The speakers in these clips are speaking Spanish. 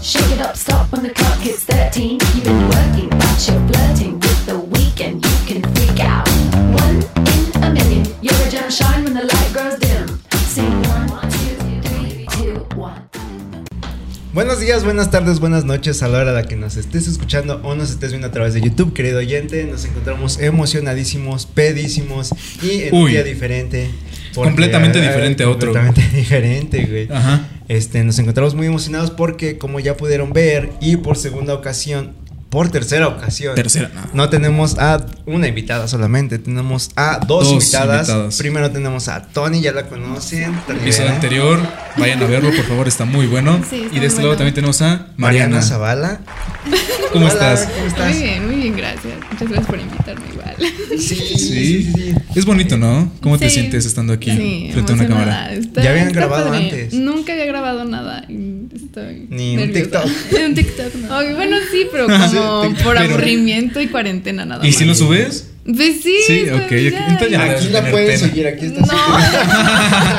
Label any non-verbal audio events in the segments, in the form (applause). Shake it up, stop when the clock hits 13. You've been working, but you're flirting with the weekend. You can freak out. One in a million. You're a gem shine when the light grows dim. Sing one, two, three, two, one. Buenos días, buenas tardes, buenas noches a la hora a la que nos estés escuchando o nos estés viendo a través de YouTube, querido oyente. Nos encontramos emocionadísimos, pedísimos y en un Uy. día diferente. Completamente diferente a otro. Ah. Completamente (laughs) diferente, güey. Ajá. Este, nos encontramos muy emocionados porque, como ya pudieron ver, y por segunda ocasión, por tercera ocasión, Tercera, no. no tenemos a una invitada solamente, tenemos a dos, Dos invitadas. invitadas. Primero tenemos a Tony, ya la conocen. Tony Episodio Vera, anterior, vayan a verlo, por favor, está muy bueno. Sí, está y de muy este lado bueno. también tenemos a Mariana, Mariana. Zavala. ¿Cómo Hola, estás? ¿Cómo estás? Muy bien, muy bien, gracias. Muchas gracias por invitarme igual. Sí, sí, Sí. sí, sí. Es bonito, ¿no? ¿Cómo te Sí. sientes estando aquí Sí, frente a una emocionada. cámara? Está- ¿Ya habían está grabado antes? Nunca había grabado nada. y Estoy Ni un nerviosa. TikTok. (laughs) Ni un TikTok, no. Ay, bueno, sí, (laughs) pero como Sí, TikTok. por Pero- aburrimiento y cuarentena nada ¿Y más. si lo subes? Pues sí. Sí, pues ok, ok. ya, Entonces ya. Aquí debes la tener pueden pena. seguir, aquí está, su, No.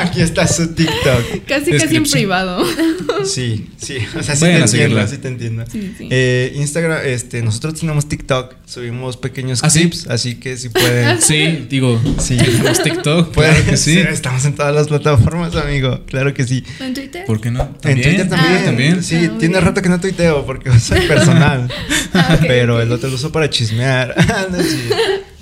(laughs) aquí está su (laughs) TikTok. Casi, casi en Descripción. (laughs) privado. (laughs) Sí, sí, o sea, sí Vayan a te entiendo, seguirla. sí te entiendo. Sí, sí. Eh, Instagram, este, nosotros tenemos TikTok, subimos pequeños ¿Ah, sí? clips, así que si pueden... (laughs) Sí, digo, Sí. (laughs) tenemos TikTok, pueden- claro que sí. Estamos en todas las plataformas, amigo, claro que sí. ¿En Twitter? ¿Por qué no? En Twitter también. Ah, también. Sí, Ah, muy tiene bien. rato que no tuiteo porque (laughs) soy personal. Ah, ok, pero ok. el otro lo uso para chismear. (laughs) Ah, No, sí.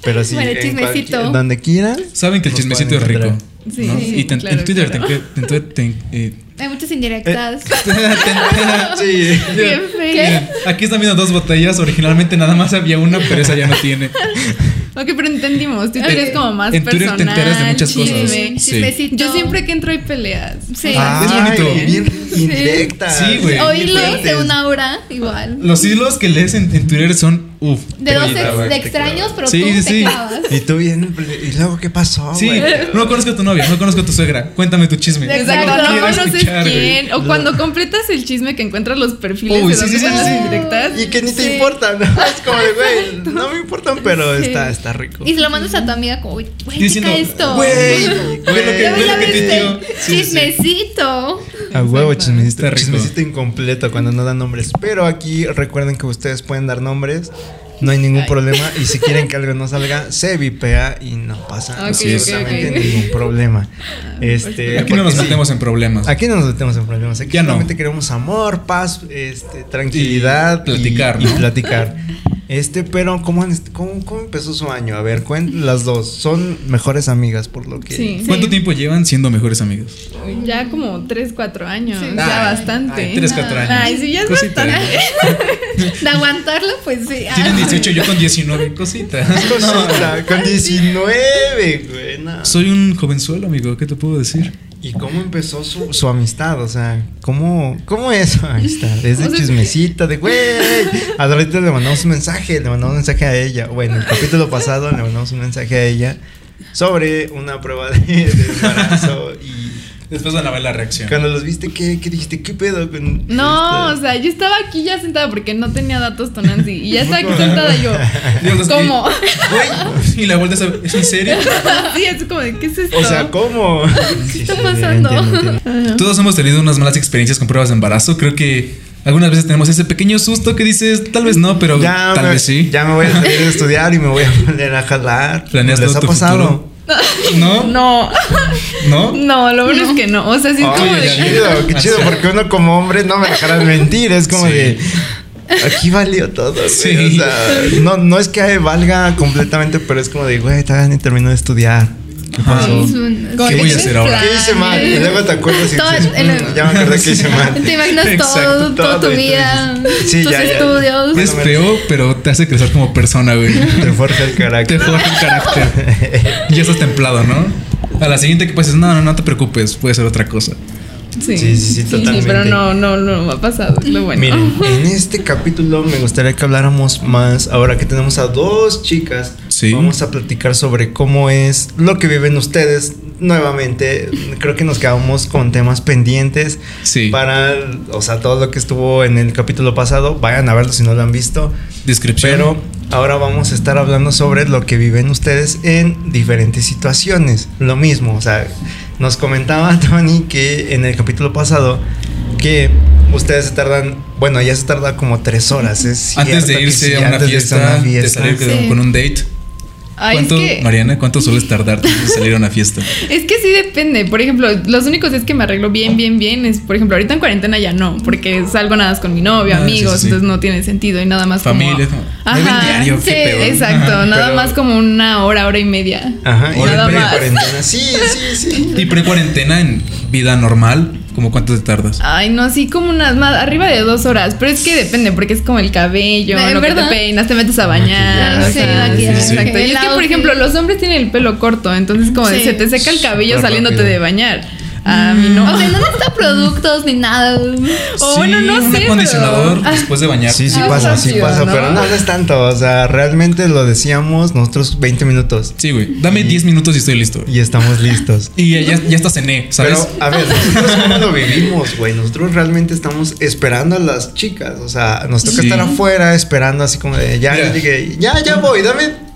Pero sí, Bueno, en chismecito. cualquier- donde (laughs) quieras. Saben que el Nos chismecito es pueden rico. encontrar. Sí, ¿no? sí, y tan- claro, en Twitter claro. te encu- en Twitter te- eh, Hay muchas indirectas. (laughs) Sí. Bien feo. miren, aquí están viendo dos botellas. Originalmente nada más había una, pero esa ya no tiene. Ok, pero entendimos. Twitter Eh, es como más en Twitter personal. te enteras de muchas cosas. chisme. Sí. Chismecito. Yo siempre que entro hay peleas. Sí. Ay, Es bonito. bien Sí. indirectas. Ah, Sí, güey. Oílos de fuertes. una hora, igual. Los hilos que lees en, en Twitter son uff. De dos Te ex- clavas, de te extraños, clavas. pero Sí, tú sí, te sí. clavas. Y tú bien. ¿Y luego qué pasó, Sí, güey? no conozco a tu novia, no conozco a tu suegra. Cuéntame tu (laughs) chisme. Exacto, Exacto, no quiero conoces escuchar, güey. quién. O (laughs) cuando completas el chisme que encuentras los perfiles Uy, de sí, dónde sí, van sí, las sí. directas. Y que ni te Sí. importan. ¿no? Es como de, güey, no me importan, pero está, está rico. Y se lo mandas a tu amiga como, güey, Y diciendo, checa esto. Güey, Güey, ve lo que- ¿Ya ve lo que viste? tuiteó. Sí, sí, sí. Chismecito. A huevo, Exacto. chismecito, Está rico. chismecito incompleto cuando no dan nombres. Pero aquí recuerden que ustedes pueden dar nombres, no hay ningún Ay. problema. Y si quieren que algo no salga, se vipea y no pasa Ok, absolutamente ok, ok. ningún problema. Este, Aquí no nos porque sí, metemos en problemas. Aquí no nos metemos en problemas. Aquí Ya no. solamente queremos amor, paz, este, tranquilidad. Y platicar, y, ¿no? platicar. Este, pero ¿cómo, han est- cómo, cómo empezó su año? A ver, cuen- las dos. Son mejores amigas, por lo que. Sí. ¿Cuánto tiempo llevan siendo mejores amigos? Ya como 3, 4 años. Sí. Ya Ay, bastante. ay, tres, cuatro años. Ay, sí, ya es Cosita. bastante. De aguantarlo, pues sí. Ah, Tienen 18, yo con 19, (laughs) cositas. (laughs) Cosita, con 19, güey. no. Soy un jovenzuelo, amigo, ¿qué te puedo decir? ¿Y cómo empezó su, su amistad? O sea, ¿cómo, ¿cómo es su amistad? Es de O sea, chismecita, de güey. Al ratito le mandamos un mensaje, le mandamos un mensaje a ella. Bueno, el capítulo pasado le mandamos un mensaje a ella sobre una prueba de, de embarazo. Y Después van a ver la reacción. cuando los viste, ¿qué, qué dijiste? ¿Qué pedo con No, o esta? sea, yo estaba aquí ya sentada porque no tenía datos Tonancy. Y ya estaba aquí (laughs) Ujú. sentada yo. Dios, ¿Cómo? Y, y la vuelta a ¿es en serio? (laughs) sí, es como de, ¿qué es esto? O sea, ¿cómo? Sí, está sí, pasando? entiendo, entiendo. Todos hemos tenido unas malas experiencias con pruebas de embarazo. Creo que algunas veces tenemos ese pequeño susto que dices, tal vez no, pero Ya, tal me, vez sí. ya me voy a salir de estudiar y me voy a poner a jalar. ¿Planeas ¿Les todo ha tu pasado? futuro? ¿No? no, ¿no? no, lo bueno es que no. O sea, sí es como Ay, de. qué chido, qué (laughs) chido, porque uno como hombre no me dejarán mentir, es como Sí. de... Aquí valió todo, güey, Sí. o sea, no, no es que valga completamente, pero es como de, güey, todavía ni termino de estudiar. Ah, ¿Qué Ajá. pasó? es un- ¿Qué voy a hacer ahora? ¿Qué hice mal? Y luego te acuerdas y Todo- dices, "Mm, ya me acordé que hice mal. (laughs) Te imaginas Exacto, todo, toda todo, tu y tú vida, dices, sí, tus ya, ya. estudios. Es feo, pero te hace crecer como persona, güey. Te forja el Te carácter. forja el carácter. (laughs) Y estás templado, ¿no? A la siguiente que pases, no, no, no te preocupes, puede ser otra cosa. Sí, Sí, sí, sí, totalmente. pero no, no, no me ha pasado. Es lo bueno. Miren, (gasps) en este capítulo me gustaría que habláramos más. Ahora que tenemos a dos chicas, Sí. vamos a platicar sobre cómo es lo que viven ustedes. Nuevamente, creo que nos quedamos con temas pendientes. Sí. Para, o sea, todo lo que estuvo en el capítulo pasado, vayan a verlo si no lo han visto. Descripción. Pero ahora vamos a estar hablando sobre lo que viven ustedes en diferentes situaciones. Lo (laughs) mismo, o sea, nos comentaba Tony que en el capítulo pasado que ustedes se tardan, bueno, ya se tarda como tres horas. Es Antes cierto que de irse sí, a una antes de irse fiesta, a de, una fiesta. salir con- Sí. con un date. Ay, es ¿Cuánto, que- Mariana, cuánto sueles tardar en salir a una fiesta? Es que sí depende. Por ejemplo, los únicos es que me arreglo bien, bien, bien. Es, por ejemplo, ahorita en cuarentena ya no, porque salgo nada más con mi novio, Ah, sí, amigos, sí, sí. entonces no tiene sentido y nada más Familia, como. como, "Beben diario, qué sí, pedo". exacto. Ajá, nada pero- más como una hora, hora y media. Ajá, y nada en más. cuarentena. Sí, sí, sí. Y pre-cuarentena en vida normal, ¿como cuánto te tardas? Ay, no, así como unas más, arriba de dos horas. Pero es que depende, porque es como el cabello, Eh, lo que te ¿verdad? peinas, te metes a bañar. Maquillaje, o sea, maquillaje, sí, Exacto. Y el es que, por outfit. ejemplo, los hombres tienen el pelo corto, entonces como Sí. se te seca el cabello Súper saliéndote rápido. de bañar. A mí no. O (laughs) sea, no necesita productos ni nada. Oh, O bueno, no un sé, acondicionador pero- después de bañar. Sí, sí Ah, pasa, sí rápido, pasa, ¿no? pero no, no es tanto, o sea, realmente lo decíamos nosotros 20 minutos Sí, güey. Dame 10 minutos y estoy listo. y estamos listos. Y ya, ya hasta cené, ¿sabes? Pero, a ver, nosotros cómo lo vivimos, güey. Nosotros realmente estamos esperando a las chicas. O sea, nos toca Sí. estar afuera esperando así como de ya, Mira. llegué, ya, ya voy, dame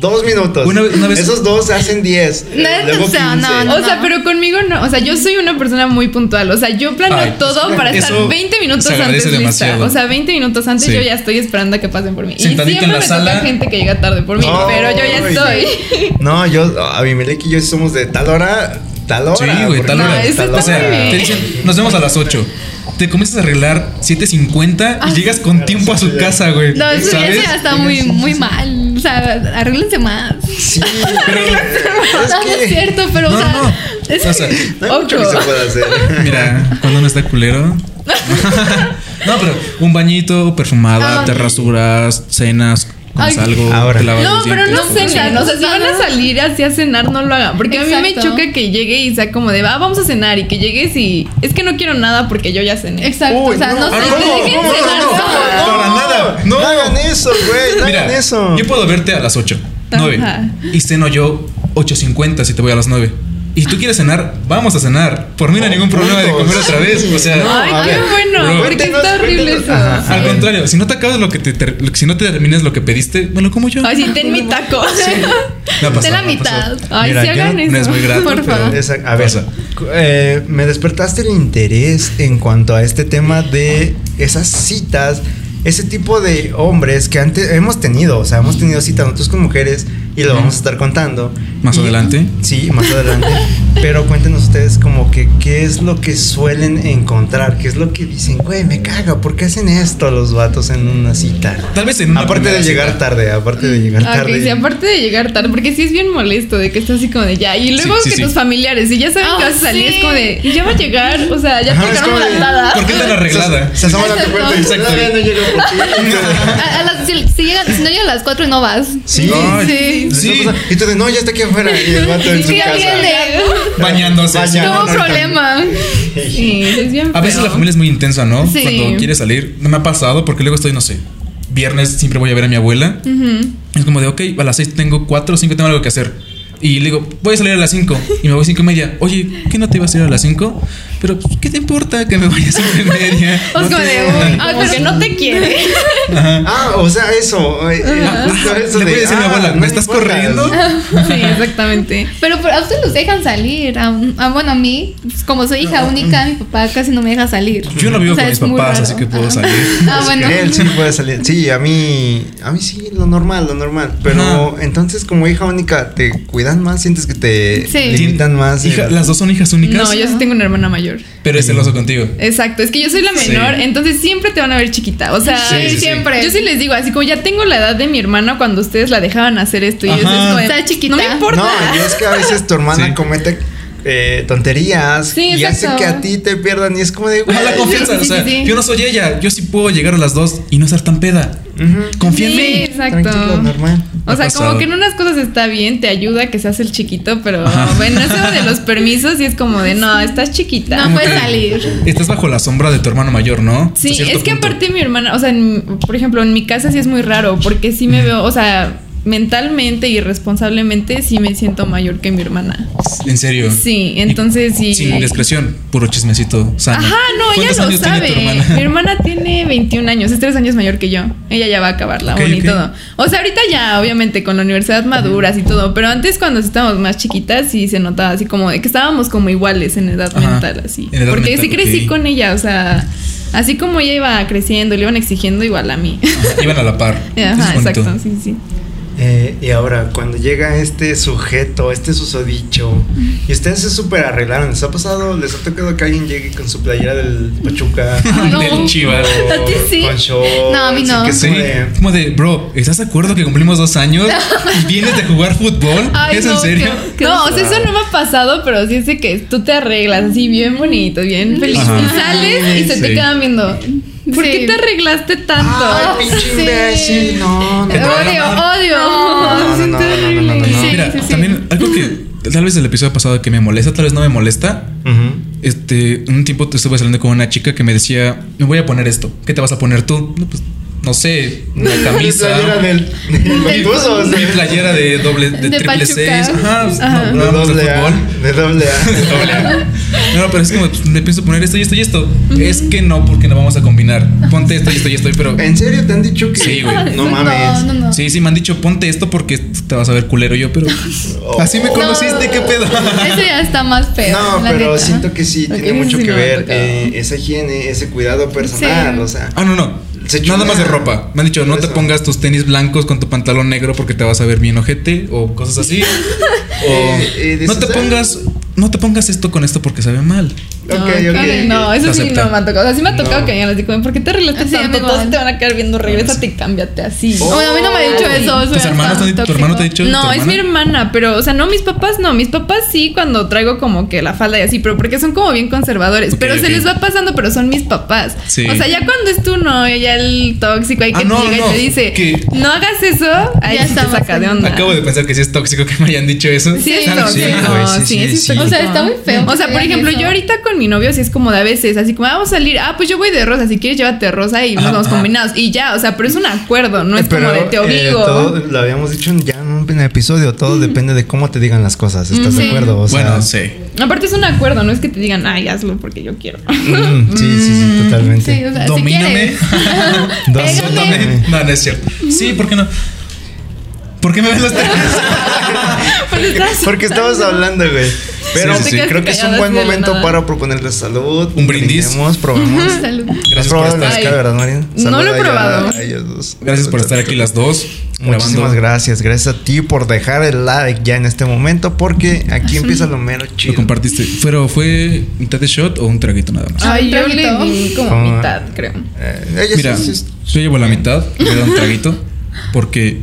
dos minutos. Una- una vez- Esos dos se hacen diez. No, eh, luego o sea, no, 15. no, O sea, pero conmigo no. O sea, yo soy una persona muy puntual. O sea, yo planeo Ay, todo para eso estar 20 minutos se agradece antes lista. demasiado. O sea, 20 minutos antes Sí. yo ya estoy esperando a que pasen por mí. Sentadito y en siempre la me sala. toca gente que llega tarde por mí, No, pero yo ya güey. estoy. No, yo, Abimelec y yo somos de tal hora, tal hora. Sí, güey, porque- tal No, hora. eso o está sea, muy bien. te (laughs) dicen, nos vemos a las 8. Te comienzas a arreglar 7.50 y llegas con tiempo a su casa, güey. Ah. No, eso ya ¿sabes? se está muy, muy mal. O sea, (laughs) arréglense más. Sí, pero es no, no es que cierto, pero No, o sea, no, no. es O sea, no hay mucho que Ojo. se pueda hacer. (laughs) Mira, cuando no está culero. no, pero un bañito, perfumada, Ah. te rasuras, cenas, comes Ay, algo, ahora. te lavas No, los pero no dientes, sé, cenan. O sea, si van a salir así a cenar, no lo hagan. Porque a mí me Exacto. choca que llegue y sea como de, ah, vamos a cenar y que llegues y es que no quiero nada porque yo ya cené. exacto, o sea, no, Ah, sé, ¿cómo? te dejen ¿Cómo? cenar No, no, sola. no. Para nada, no. No hagan eso, güey. No hagan Mira, eso. yo puedo verte a las 8, 9. Ajá. Y ceno yo 8.50 si te voy a las 9. Y si tú quieres cenar, vamos a cenar. Por mí no hay ningún problema de comer otra vez. O sea, No, Ay, a qué ver, bueno, bro. porque Cuéntenos, está horrible cuéntenos. eso. Ajá. al contrario, si no te acabas lo que te, ter- lo que- si no te terminas lo que pediste, bueno, como yo. Ay, sí, ten mi taco. (laughs) Me ha pasado, De la me ha pasado. mitad. Ay, Mira, sí yo hagan no- eso. no es muy grato, Por pero- favor. Esa- a ver, Pasa. cu- eh, me despertaste el interés en cuanto a este tema de esas citas, ese tipo de hombres que antes hemos tenido, o sea, hemos tenido citas nosotros con mujeres y lo vamos a estar contando. Más Y- adelante. Sí, más adelante. Pero cuéntenos ustedes como que qué es lo que suelen encontrar, qué es lo que dicen, güey, me caga, ¿por qué hacen esto los vatos en una cita? Tal vez en una Aparte de primera llegar cita. tarde, aparte de llegar Ah, ok, tarde. sí, aparte de llegar tarde, porque sí es bien molesto de que estás así como de ya. Y luego Sí, sí, que sí. tus familiares, y ya saben Ah, que vas a salir, sí. es como de y ya va a llegar, o sea, ya Ajá, es tocaron como la de- entrada. ¿Por qué tan arreglada? Se, se asoma la Exacto. puerta y Exacto. "Todavía no llegó por (laughs) ti". A, a las, si, si llegan, si no llegan a las 4 y no vas. Sí, Ay, sí. sí. sí. Y tú dices, no, ya está aquí afuera. Y el vato en su Sí, ya casa. viene. (laughs) Bañándose. Bañándose. no, No no, no. problema. Sí, es bien A veces feo. la familia es muy intensa, ¿no? Sí. Cuando quieres salir. No me ha pasado porque luego estoy, no sé. Viernes siempre voy a ver a mi abuela. Es como de, ok, a las 6 tengo 4 o 5 tengo algo que hacer. Y le digo, voy a salir a las 5 y me voy 5 y media. Oye, ¿qué no te ibas a ir a las 5? Pero, pues, ¿qué te importa que me vaya a 5 y (laughs) media? O sea, No Pues como te- de uy, Ah, como pero- que no te quiere. Ah, o sea, eso. eh, eh, justo eso Le voy a de, decir a mi ah, abuela, no ¿me estás importa. corriendo? (laughs) Sí, exactamente. Pero, pero a ustedes los dejan salir. A, a- bueno, a mí, pues, como soy hija única, mi papá casi no me deja salir. Yo no vivo O sea, con mis es muy papás, raro. así que puedo Ah. salir. Ah, bueno. Él sí puede salir. Sí, a mí. A mí sí, lo normal, lo normal. Pero Ajá. entonces, como hija única, ¿te cuidan más? ¿Sientes que te Sí. limitan más? eh. Hija- las dos son hijas únicas, No, yo sí tengo una hermana mayor. pero es celoso contigo. Exacto, es que yo soy la Sí. menor, entonces siempre te van a ver chiquita. O sea, Sí, sí, sí. siempre. Yo sí les digo, así como ya tengo la edad de mi hermana cuando ustedes la dejaban hacer esto. Y yo Ajá. como de, Está No chiquita. me importa. No, y es que a veces tu hermana Sí. comete eh, tonterías Sí, y hace exacto. que a ti te pierdan. Y es como de. Ojalá güey, confianza, sí, o sea, sí, sí. yo no soy ella, yo sí puedo llegar a las 2 y no estar tan peda. ujú, Confía en Sí, mí. exacto. Tranquilo, normal. Me O ha sea, pasado. como que en unas cosas está bien, te ayuda que seas el chiquito, pero Ajá. bueno, eso de los permisos y es como de no, estás chiquita. No pues, Como que puedes salir. Estás bajo la sombra de tu hermano mayor, ¿no? Hasta Sí, cierto es que punto. aparte mi hermana, o sea, en- por ejemplo, en mi casa sí es muy raro, porque sí me veo, o sea, mentalmente y responsablemente sí me siento mayor que mi hermana. En serio. Sí, entonces sí. Y Sin discreción, puro chismecito sano. Ajá, Ah, no, ella ¿Cuántos lo años tiene tu sabe. hermana? Mi hermana tiene 21 años, es 3 años mayor que yo. Ella ya va a acabar la Ok, uni y ok. todo. O sea, ahorita ya, obviamente, con la universidad maduras y todo, pero antes cuando estábamos más chiquitas sí se notaba así como de que estábamos como iguales en edad Ajá, mental, así. en edad Porque mental, Pues sí crecí ok. con ella, o sea, Así como ella iba creciendo, le iban exigiendo igual a mí. (laughs) Ajá, Iban a la par. Ajá, Punto. exacto, sí, sí. Eh, y ahora, cuando llega este sujeto, este susodicho, y ustedes se super arreglaron, ¿les ha pasado, les ha tocado que alguien llegue con su playera del Pachuca? No. Del Chivas. ¿A ti sí? Con shorts, No, a mí y no. que es Sí, como de, como de, bro, ¿estás de acuerdo que cumplimos dos (laughs) años y vienes de jugar fútbol? Ay, ¿Es no, en serio? qué- qué No, o sea, eso no me ha pasado, pero sí es de que tú te arreglas así bien bonito, bien feliz. Ajá. Y sales y se te Sí. quedan viendo. ¿Por Sí. qué te arreglaste tanto? ¡Ah, pinche Sí. imbécil! No, no, Te no. van a Odio, amar. odio. No, no, no, no, no, no, no. Sí, Mira, sí, sí. también algo que tal vez el episodio pasado que me molesta, tal vez no me molesta. Ujú. Este, un tiempo te estuve saliendo con una chica que me decía, me voy a poner esto. ¿Qué te vas a poner tú? No, pues, no sé, (laughs) una camisa. Mi playera del. del Tuzos, mi eh. playera de doble, de, De triple Pachuca. seis. Ajá, pues, Ajá. no, De no, doble de A. fútbol. (laughs) De doble De A. doble A. No, pero es como, pues, me pienso poner esto y esto y esto. Es que no, porque no vamos a combinar. Ponte esto y esto y esto, pero. ¿En serio te han dicho que.? Sí, (laughs) güey. No mames. No, no, no. Sí, sí, me han dicho, ponte esto porque te vas a ver culero yo, (laughs) pero. Así me conociste, qué pedo. Eso ya está más feo. No, la pero neta. siento que sí, Ok, tiene mucho sí que me ha ver tocado. eh, esa higiene, ese cuidado personal, Sí. o sea. Ah, no, no. Se Nada chulea. más de ropa. Me han dicho, no Por te eso. pongas tus tenis blancos con tu pantalón negro porque te vas a ver bien ojete o (laughs) cosas así. o Eh, eh, de no eso te se- pongas no te pongas esto con esto porque sabe mal. Ok, No, ok. claro, No, eso Lo sí acepta. no me ha tocado. O sea, sí me ha tocado No. que me digan así, como, ¿por qué te arreglaste Sí, a mí tanto? Todos igual. te van a quedar viendo, regrésate y cámbiate así. Oh. Bueno, a mí no me ha dicho Ay. eso. o sea, ¿Tus hermanos está te- tu tóxico. hermano te ha dicho? No, ¿Tu es mi hermana, pero, o sea, no, mis papás no. Mis papás sí cuando traigo como que la falda y así, pero porque son como bien conservadores. Ok, pero ok. se les va pasando, pero son mis papás. Sí. O sea, ya cuando es tu novio, ya el tóxico ahí Ah, que no, te llega no, y te dice, que- no hagas eso, ahí Ya sí te está saca de onda. Acabo de pensar que sí es tóxico que me hayan dicho eso. Ah, Sí, es Sí, tóxico, sí, güey, sí, sí, sí, es sí. tóxico. O sea, está muy feo O que sea, por digan ejemplo, eso. yo ahorita con mi novio sí es como de a veces, así como "Ah, vamos a salir, ah, pues yo voy de rosa, si quieres llévate rosa y nos Ajá, vamos ajá. combinados. Y ya, o sea, pero es un acuerdo, no es Pero, como de te eh, obligo. Mm. todo- lo habíamos dicho ya en un episodio, todo depende de cómo te digan las cosas, ¿estás de Sí. acuerdo? O sea, bueno, sí. Aparte es un acuerdo, no es que te digan, ay, hazlo porque yo quiero. mm, sí, sí, sí, totalmente. Sí, o sea, si Domíname. quieres. Dos- (laughs) Pégame. Suéltame. No, no es cierto. Sí, ¿por qué no? ¿Por qué me ven los tenis? Pues estás- Porque estamos hablando, güey. Pero Sí, sí, sí. creo que es un Calladas buen de la momento nada. para proponerles salud. Un brindis. Brindemos, probemos. (laughs) Salud. ¿Has Gracias por probado el estar. Ay, mezcal, verdad, Marian? no Salud lo he ahí a- probado. a ellos dos. Gracias por estar aquí las dos. Muchísimas grabando. gracias, gracias a ti por dejar el like ya en este momento porque aquí empieza lo mero Lo chido. compartiste. Pero fue mitad de shot o un traguito nada más. (laughs) Ay, yo le Traguito. di como Ah. mitad, creo. Eh, ella Mira, sí- sí- yo llevo la mitad, le voy a dar un traguito. Porque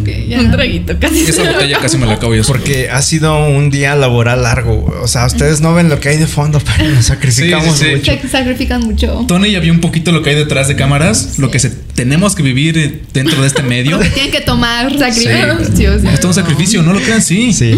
Ok, ya. Un traguito, casi. esa botella casi me la acabo yo. solo. porque ha sido un día laboral largo. O sea, ustedes no ven lo que hay de fondo, (laughs) pero nos sacrificamos Sí, sí, sí. mucho. Se sacrifican mucho. Tony ya vio un poquito lo que hay detrás de cámaras, lo que se, tenemos que vivir eh, dentro de este medio. Tienen que tomar Sí. sacrificios. Es todo un sacrificio, no lo crean, sí. Sí.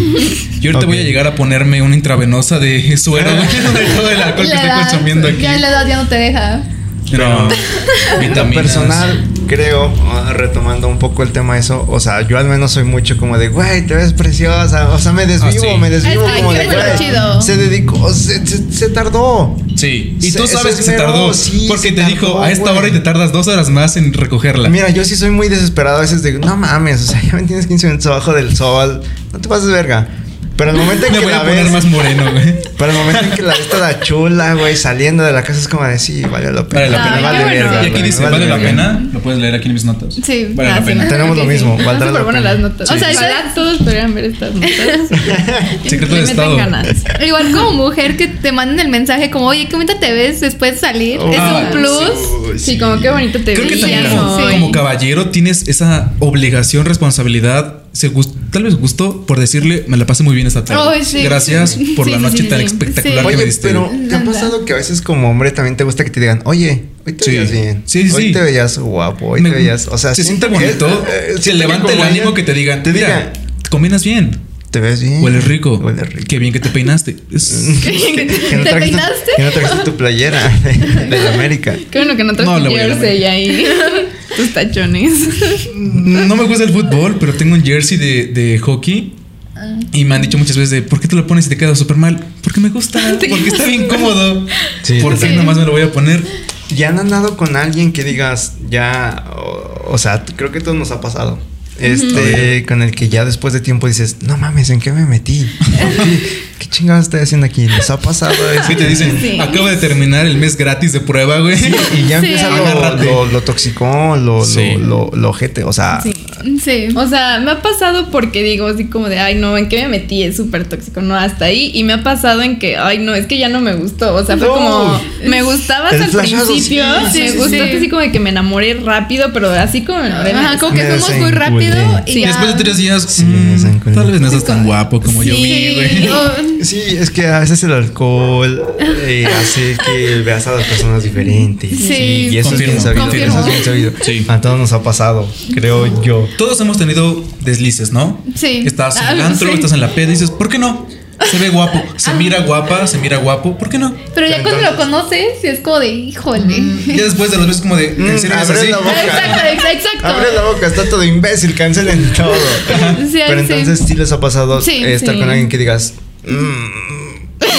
Yo ahorita Ok. Ah. voy a llegar a ponerme una intravenosa de (laughs) suero de todo el alcohol que La estoy edad, consumiendo aquí. Ya la edad ya no te deja. No, En lo vitaminas. personal, creo, ah, retomando un poco el tema eso, o sea, yo al menos soy mucho como de, güey, te ves preciosa, o sea, me desvivo, Ah, sí. me desvivo Es que como de, eso es lo güey, chido. se dedicó, se, se- se tardó. Sí, y Se- tú se sabes que se esmeró, tardó. sí, porque se te tardó, dijo a esta güey. hora y te tardas dos horas más en recogerla. Mira, yo sí soy muy desesperado a veces de, no mames, o sea, ya me tienes 15 minutos abajo del sol, no te pases verga. Pero el momento en (laughs) Me que voy la a poner ves, más moreno, güey. pero el momento en que la ves toda chula, güey, saliendo de la casa es como de, sí, vale la pena. Vale la Ay, pena. qué bueno. verga, y aquí güey, dice, vale, la verga. pena. Lo puedes leer aquí en mis notas. Sí, Vale la ah, sí. pena. Tenemos lo Ok, sí. mismo, Ah, valdrá Están la súper buenas pena. las notas. Sí. O sea, Sí. ojalá todos podrían ver estas notas. Secreto Le de meten Estado. ganas. (laughs) Igual como mujer que te manden el mensaje como, oye, qué bonita te ves después de salir. es Ah, un plus. Uy, Sí, como qué bonito te Creo que Sí, veías también ya como, no. hoy. Sí. como caballero tienes esa obligación, responsabilidad, se gus- tal vez gusto por decirle, me la pasé muy bien esta tarde. Ay, sí. Gracias por Sí, la sí, noche sí, tan sí. espectacular Sí. que me Oye, diste. pero ¿te ha Nada. pasado que a veces como hombre también te gusta que te digan, oye, hoy te Sí. veías bien? Sí, sí, Hoy sí. te veías guapo, hoy Me- te veías. O sea, se siente siento bonito. que- eh, se siento levanta que el como ánimo ella que te digan, Te mira, digan, combinas bien, te ves bien. hueles rico, Hueles rico. qué bien que te peinaste. (laughs) Es- Que no ¿Te trajiste- peinaste? Que no trajiste tu (laughs) playera de, de la América. Qué bueno que no No, traes le tu voy a ir a jersey ahí. (laughs) Tus tachones. no me gusta el fútbol, pero tengo un jersey de, de hockey. Y me han dicho muchas veces de ¿por qué te lo pones y te queda súper mal? Porque me (laughs) gusta, porque está bien cómodo. Sí, ¿Por qué sí. nomás me lo voy a poner? ¿Ya han andado con alguien que digas, ya, o, o sea, t- creo que todo nos ha pasado? Este, con el que ya después de tiempo dices, no mames, ¿en qué me metí? ¿Qué chingados estoy haciendo aquí? ¿Les ha pasado eso? Sí, te dicen, Sí. acabo de terminar el mes gratis de prueba, güey. Y ya Sí. empieza lo, Agárrate. lo, lo toxicón, lo, Sí. lo, lo, lo ojete, O sea, Sí. Sí. O sea, me ha pasado porque digo así como de, ay, no, ¿en qué me metí? Es súper tóxico, no, hasta ahí. Y me ha pasado en que, ay, no, es que ya no me gustó. O sea, fue No. como, me gustabas El al flashazo, principio, sí, me sí, gustaste sí. así como de que me enamoré rápido, pero así como me enamoré. Ajá, como Me que fuimos muy desenculé. rápido y Sí. (laughs) ya. Después de tres días, Sí, mm, es en culo. tal vez no estás tan guapo como yo vi, Sí. güey. O- sí, es que a veces el alcohol eh, (laughs) hace que veas a las personas diferentes. Sí. y eso es bien Confirmo, sabido. confirmo. Eso es bien sabido. Sí. A todos nos ha pasado, creo yo. Todos hemos tenido deslices, ¿no? Sí. Estás en el Ah, antro, sí. Ah. estás en la peda y dices, ¿por qué no? Se ve guapo, se mira guapa, se mira guapo, ¿por qué no? Pero ya cuando Entonces- lo conoces, es como de, híjole. Ya después de los ves como de, ¿en Mm, serio es abre así? la boca. Exacto, exacto. Abre la boca, está todo imbécil, cancelen todo. Sí, Pero sí. entonces sí les ha pasado Sí, eh, estar sí. con alguien que digas. "Mm,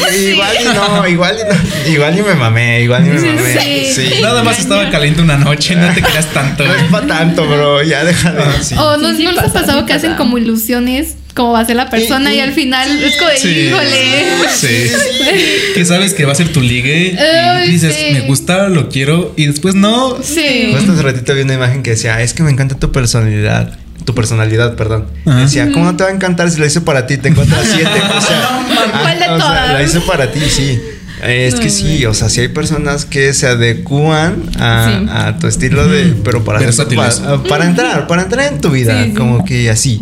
Igual y no, igual y no, igual y me mamé, igual y me Sí, mamé. Sí. sí. Nada más estaba caliente una noche, no te creas tanto. No güey. es para tanto, bro. Ya déjalo. Sí. O no, Sí, sí ¿no les ha pasa, pasado sí que hacen pasa. como ilusiones, como va a ser la persona, Y- y, y- al final es como de, Sí. híjole. (laughs) Sí. Que sabes que va a ser tu ligue y Ay, dices, sí. me gusta, lo quiero y después no. Sí. Yo Hasta hace ratito vi una imagen que decía, "Ah, es que me encanta tu personalidad. Tu personalidad, perdón. Ajá. Decía, ¿cómo no te va a encantar si la hice para ti? Te encuentras siete. O sea, ¿Cuál de ah, o sea, todas? la hice para ti, sí. Eh, Es que sí, o sea, sí hay personas que se adecúan a, Sí. a tu estilo de. Pero para, Versátiles. para, ah, para entrar, para entrar en tu vida, Sí, sí. como que así.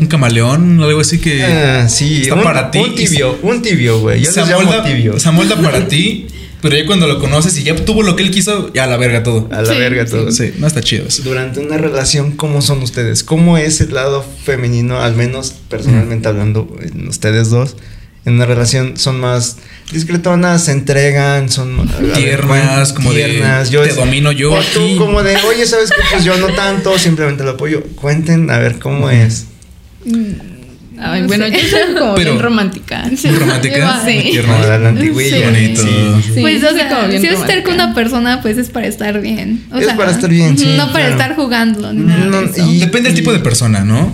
Un camaleón, algo así que Ah, sí, está un, para ti un y- tibio, un tibio, güey. Yo se, les llamo amolda, tibio. se amolda para (laughs) ti, pero ya cuando lo conoces y ya obtuvo lo que él quiso, ya a la verga todo. A la Sí, verga todo. Sí, no está chido eso. Durante una relación, ¿cómo son ustedes? ¿Cómo es el lado femenino, al menos personalmente hablando, en ustedes dos? En una relación son más discretonas, se entregan, son a ver, Tiernas, bueno, como de, "Te domino yo O aquí". tú como de, oye, ¿sabes qué? Pues yo no tanto, simplemente lo apoyo. Cuenten a ver cómo es. Ay, No bueno, sé. yo soy como Pero- bien romántica. Sí. Muy romántica, Sí. muy Como tierna. a la antigüilla. Sí. Bonito. Sí, pues, o soy como sea, bien si vas a estar con romántica. una persona, pues es para estar bien. O Es sea, para estar bien, sí, No para claro. estar jugando. ni nada de No, eso. y- Depende del tipo de persona, ¿no?